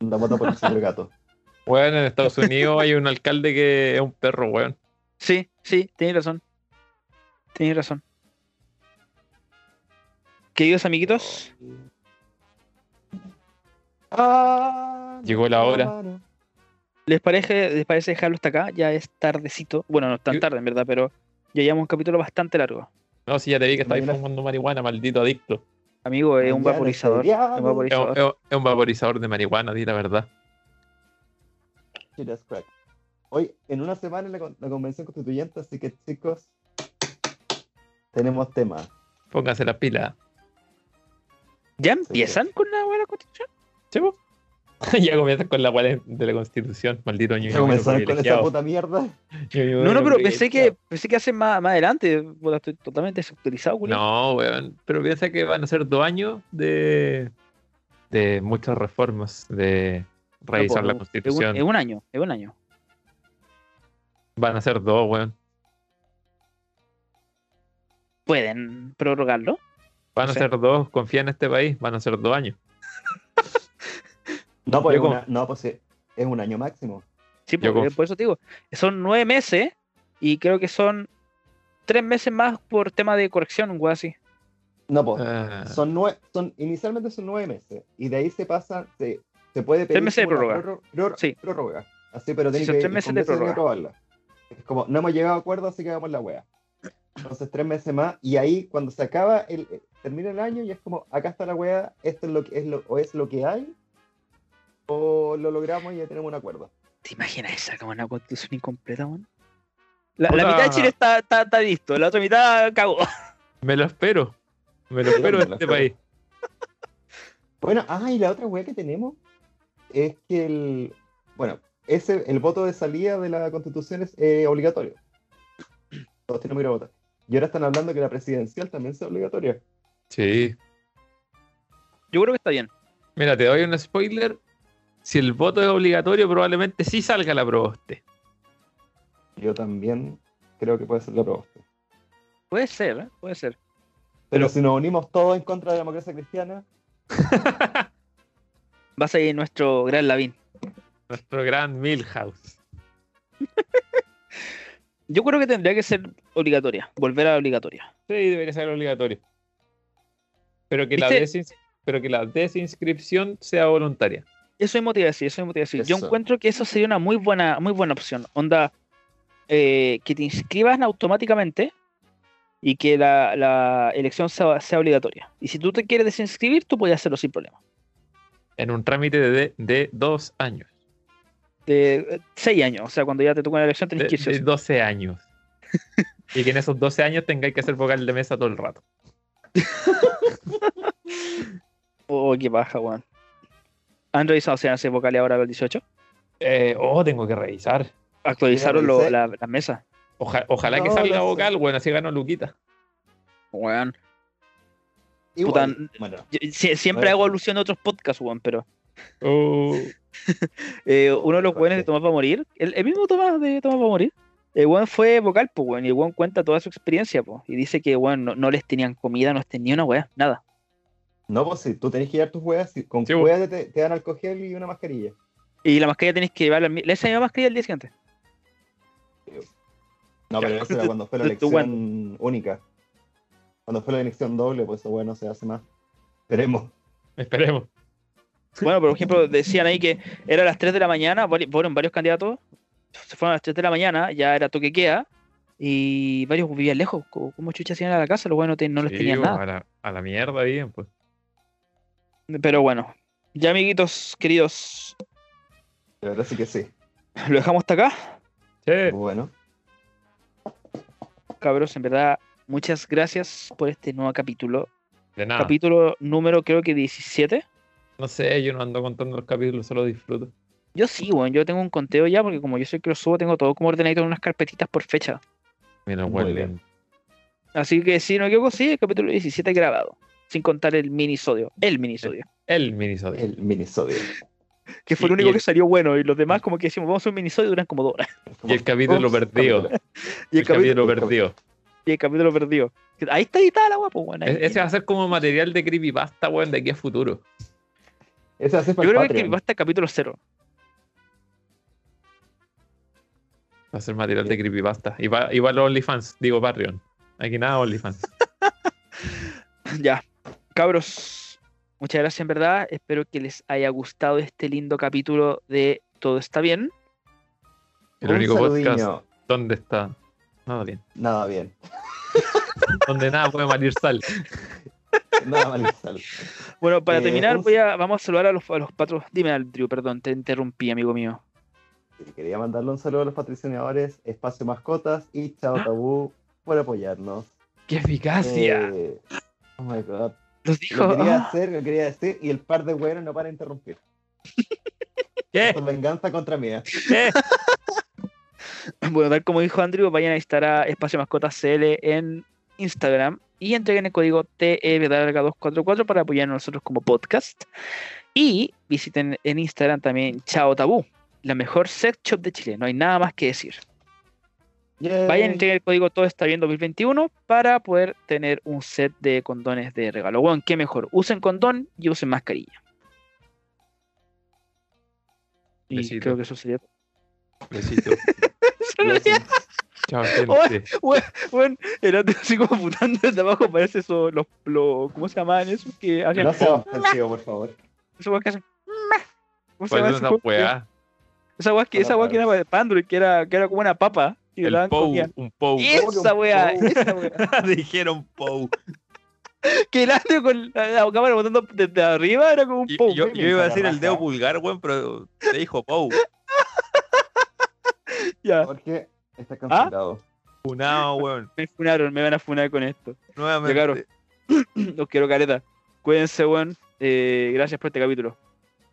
A: Una vota por el señor gato.
D: Bueno, en Estados Unidos hay un alcalde que es un perro, weón.
B: Sí, sí, tienes razón. Tienes razón. Queridos amiguitos,
A: Ah,
D: Llegó la hora.
A: mano.
B: ¿les parece, ¿les parece dejarlo hasta acá? Ya es tardecito. Bueno, no es tan
D: Yo-
B: tarde, en verdad, pero ya llevamos un capítulo bastante largo.
D: No, si ya te vi que estabas
A: Mañana-
D: fumando marihuana, maldito adicto.
B: Amigo,
D: Ah,
B: es un
A: Mañana
B: vaporizador. es
A: feriado.
B: un
D: Es, un-
B: vaporizador.
D: es un- es un vaporizador de marihuana, di la verdad.
A: Shit, that's crack. Hoy, en una semana, es la, con- la convención constituyente, así que chicos, tenemos tema.
D: Póngase la pila.
B: ¿Ya empiezan con la buena constitución?
D: Chivo. ya comienzas con la cual de la constitución, maldito ñoño.
A: Ya comenzaron con esa
D: privilegiado.
A: puta mierda.
D: Ñoño
B: No, no, pero pensé
D: privilegiado.
B: que pensé que hacen más, más adelante. Puta, Estoy totalmente desactualizado, culiao.
D: No, weón. Pero piensa que van a ser dos años de, de muchas reformas, de revisar
B: po,
D: la
B: no, pues, es un-
D: constitución.
B: Es un año, es un año.
D: Van a ser dos, weón.
B: ¿Pueden prorrogarlo?
D: Van a
B: Sí.
D: ser dos, confía en este país, van a ser dos años.
A: No, pues,
D: Yo como-
A: una- no, pues eh, es un año máximo.
B: Sí,
D: Yo
B: porque,
D: conf-
B: por eso te digo, son nueve meses y creo que son tres meses más por tema de corrección, un weá así.
A: No,
B: Oh.
A: pues
D: Ah,
A: son nueve, son, inicialmente son nueve meses y de ahí se pasa, se, se puede pedir
B: meses de
A: como una prorro-
B: prórroga.
A: pror-
B: Sí.
A: prórroga. Así, pero tiene
B: son
A: que
B: tres meses de
A: Congreso tiene que
B: prórroga.
A: aprobarla. Es como, no hemos llegado a acuerdo, así que hagamos la wea. Entonces, tres meses más y ahí cuando se acaba, el, eh, termina el año y es como, acá está la wea, esto es lo que es lo, o es lo que hay, o lo logramos y ya tenemos un acuerdo.
B: ¿Te imaginas esa como una constitución incompleta, weón? La, la
D: Puta.
B: mitad de Chile está, está, está listo, la otra mitad cagó.
D: me lo espero. Me lo
A: Yo
D: espero de
A: me lo
D: este
A: espero.
D: país.
A: Bueno, ah, y la otra weá que tenemos es que el. Bueno, ese, el voto de salida de la constitución es eh, obligatorio. Todos tenemos que ir a votar. Y ahora están hablando que la presidencial también es obligatoria.
D: Sí.
B: Yo creo que está bien.
D: Mira, te doy un spoiler. Si el voto es obligatorio, probablemente sí salga la proboste.
A: Yo también creo que puede ser la propuesta.
B: Puede ser, ¿eh? puede ser.
A: Pero si nos unimos todos en contra de la democracia cristiana,
B: Va a salir nuestro gran Lavín.
D: Nuestro gran Milhouse.
B: Yo creo que tendría que ser obligatoria, volver a la obligatoria.
D: Sí, debería ser obligatorio. Pero que, la
B: ¿Viste?
D: desins- pero que la desinscripción sea voluntaria.
B: Eso mismo te iba a decir, eso mismo te iba a decir. Yo
A: Eso.
B: encuentro que eso sería una muy buena, muy buena opción. Onda, eh, que te inscribas automáticamente y que la, la elección sea, sea obligatoria. Y si tú te quieres desinscribir, tú puedes hacerlo sin problema.
D: En un trámite de, de dos años.
B: De 6 años, o sea, cuando ya te toca la elección
D: De,
B: tenés que irse.
D: de 12 años. y que en esos 12 años tengáis que hacer vocal de mesa todo el rato.
B: Oh, qué paja, weón. ¿Han revisado o sea, hace vocales ahora el 18?
D: Eh, oh, tengo que revisar.
B: Actualizaron lo-
A: revisé.
B: la- las mesas.
D: Oja- ojalá que
A: No,
D: salga
A: no sé.
D: vocal, bueno, así gano Luquita.
B: Weón.
A: Igual,
B: Puta,
A: bueno,
B: Yo- sie- siempre
A: Bueno.
B: hago alusión a otros podcasts, weón, pero
D: Oh,
B: eh, uno de los
A: ¿Por
B: weones de
A: qué?
B: Tomás va a morir, el, el mismo Tomás de Tomás va a morir, el weón fue vocal, pues, weón, y el weón cuenta toda su experiencia, pues, y dice que, weón, no, no les tenían comida, no les tenían ni una weá, nada.
A: no, pues si tú tenés que llevar tus weas, si- con
D: Sí,
A: tus
B: pues.
A: weas te, te dan alcohol gel y una mascarilla.
B: Y la mascarilla tenés que llevarla, al mi- esa misma mascarilla el día siguiente.
A: No, pero eso era cuando fue la
B: Tú, tú,
A: elección única. Cuando fue la elección doble, pues eso bueno, se hace más. Esperemos.
D: esperemos.
B: Bueno, por ejemplo, decían ahí que era a las 3 de la mañana, vari- fueron varios candidatos, se fueron a las 3 de la mañana, ya era toque queda, y varios vivían lejos, co- como chuchas iban a la casa, los weones no, te- no les
D: Sí,
B: tenían
D: bueno,
B: nada.
D: A la, a la mierda, bien, pues.
B: Pero bueno, ya amiguitos queridos,
A: La verdad sí que sí.
B: lo dejamos hasta acá.
D: Che,
A: Bueno,
B: cabros, en verdad, muchas gracias por este nuevo capítulo.
D: de
B: Ah.
D: nada.
B: Capítulo número, creo que 17.
D: No sé, yo no ando contando los capítulos, solo disfruto.
B: Yo sí, bueno, yo tengo un conteo ya, porque como yo soy el que lo subo, tengo todo como ordenadito en unas carpetitas por fecha.
D: Mira,
A: Muy
D: bueno,
A: bien.
B: Así que si no me equivoco, sí, el capítulo 17 grabado. Sin contar el minisodio, el minisodio,
D: El minisodio.
A: el minisodio.
B: que fue el
D: Y-
B: único
D: y el-
B: que salió bueno, y los demás, como que decimos, vamos a hacer un minisodio, duran como dos horas.
D: Y el capítulo
A: Ups,
D: perdido.
A: capítulo.
B: Y
D: El,
B: el, capítulo,
D: capítulo perdido.
B: y el capítulo perdido. Ahí está editada la guapo, bueno.
D: E- Ese va a ser como material de creepypasta, weón, de aquí a futuro.
A: Ese hace
B: Yo
A: para el
B: creo que el
A: Patreon.
B: va hasta el capítulo cero.
D: Va a ser material de creepypasta. Y va, y va los OnlyFans, digo Patreon. Aquí nada OnlyFans.
B: Ya, cabros, muchas gracias en verdad. Espero que les haya gustado este lindo capítulo de Todo está bien.
D: El
A: Un
D: único podcast
A: saludinho.
D: donde está. Nada bien.
A: Nada bien.
D: Donde nada puede malir sal.
A: Nada mal. sal.
B: Bueno, para
A: Eh,
B: terminar,
A: un-
B: voy a, vamos a saludar a los, a los patros. Dime, Aldriu, perdón, te interrumpí, amigo mío.
A: Y Quería mandarle un saludo a los patrocinadores, Espacio Mascotas y Chao Tabú por apoyarnos.
D: ¡Qué eficacia!
A: Eh, oh my god. Lo
B: Los dijo.
A: quería
B: ¡ah!
A: hacer, lo quería decir, y el par de güeros no para de interrumpir.
D: ¿Qué?
A: Por venganza contra mí. Así
D: ¿Qué?
B: ah, Bueno, tal como dijo Andrew, vayan a estar a Espacio Mascotas CL en Instagram y entreguen el código E TEBDARGA244 para apoyarnos nosotros como podcast. Y visiten en Instagram también Chao Tabú, la mejor sex shop de Chile. No hay nada más que decir. Vayan a entregar el código Todo está bien 2021 para poder tener un set de condones de regalo. Bueno, qué mejor. Usen condón y usen mascarilla. Y
D: Besito.
B: creo que eso sería.
D: Besito.
B: Solo ya,
D: Chao, gente.
B: Oye. weón, weón, el otro así como putando desde abajo parece eso, los, los- ¿cómo se llamaban esos que hacían?
A: No sea ofensivo, por favor.
B: Esos weón que hacen. ¿Cómo se
D: ¿Cuál
B: llama
D: es
B: ese
D: esa
B: juego?
D: Pues weá?
B: Esa weá que, esa weá que era de Pandroid, que era, que era como una papa. Y le
D: El
B: daban
D: POU.
B: comida.
D: Un POU.
A: ¿Cómo que un
B: Esa weá,
A: POU?
B: esa weá.
D: Dijeron POU.
B: Que el Andrew con la, la cámara botando desde arriba era como un
G: Y-
B: pum.
G: yo,
A: Mimi,
G: yo iba a
A: saca
G: decir el dedo
A: raja.
G: pulgar, weón, pero te dijo Pou.
B: ya.
A: Porque está cancelado.
G: Funado, weón.
B: Me funaron, me van a funar con esto.
G: Nuevamente.
B: Claro.
D: Eh,
B: Los quiero careta. Cuídense, weón. Eh, gracias por este capítulo.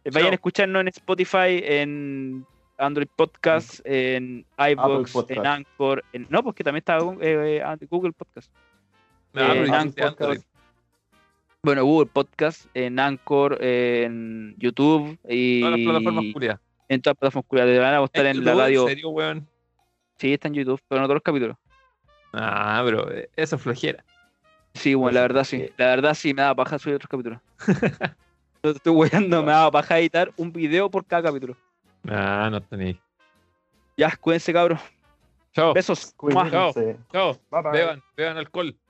B: Eh, Vayan a
G: Chao.
B: escucharnos en Spotify, en Android Podcast, en iVoox,
A: Podcast.
B: en Anchor. en- No, porque también está eh, eh, Google Podcast.
G: Nah, pero
B: Eh,
G: hiciste
A: Apple Podcast.
G: Android.
B: Bueno, Google Podcast, en Anchor, en YouTube y
D: Todas las plataformas culiadas.
B: en todas las plataformas culiadas. Van a mostrar en, la
D: YouTube,
B: radio.
D: ¿En serio, weón?
B: Sí, está en YouTube, pero no todos los capítulos.
D: Ah, bro, eh, eso es flojera.
B: Sí, bueno, la verdad sí. La verdad sí, me daba paja subir otros capítulos. no te estoy weando, me daba paja editar un video por cada capítulo.
D: Ah, no tenéis.
B: Ya, cuídense, cabros.
D: Chao,
B: Besos. Mua.
D: Oh,
A: Cuídense.
D: chao.
A: Bye, bye.
D: Beban, beban alcohol.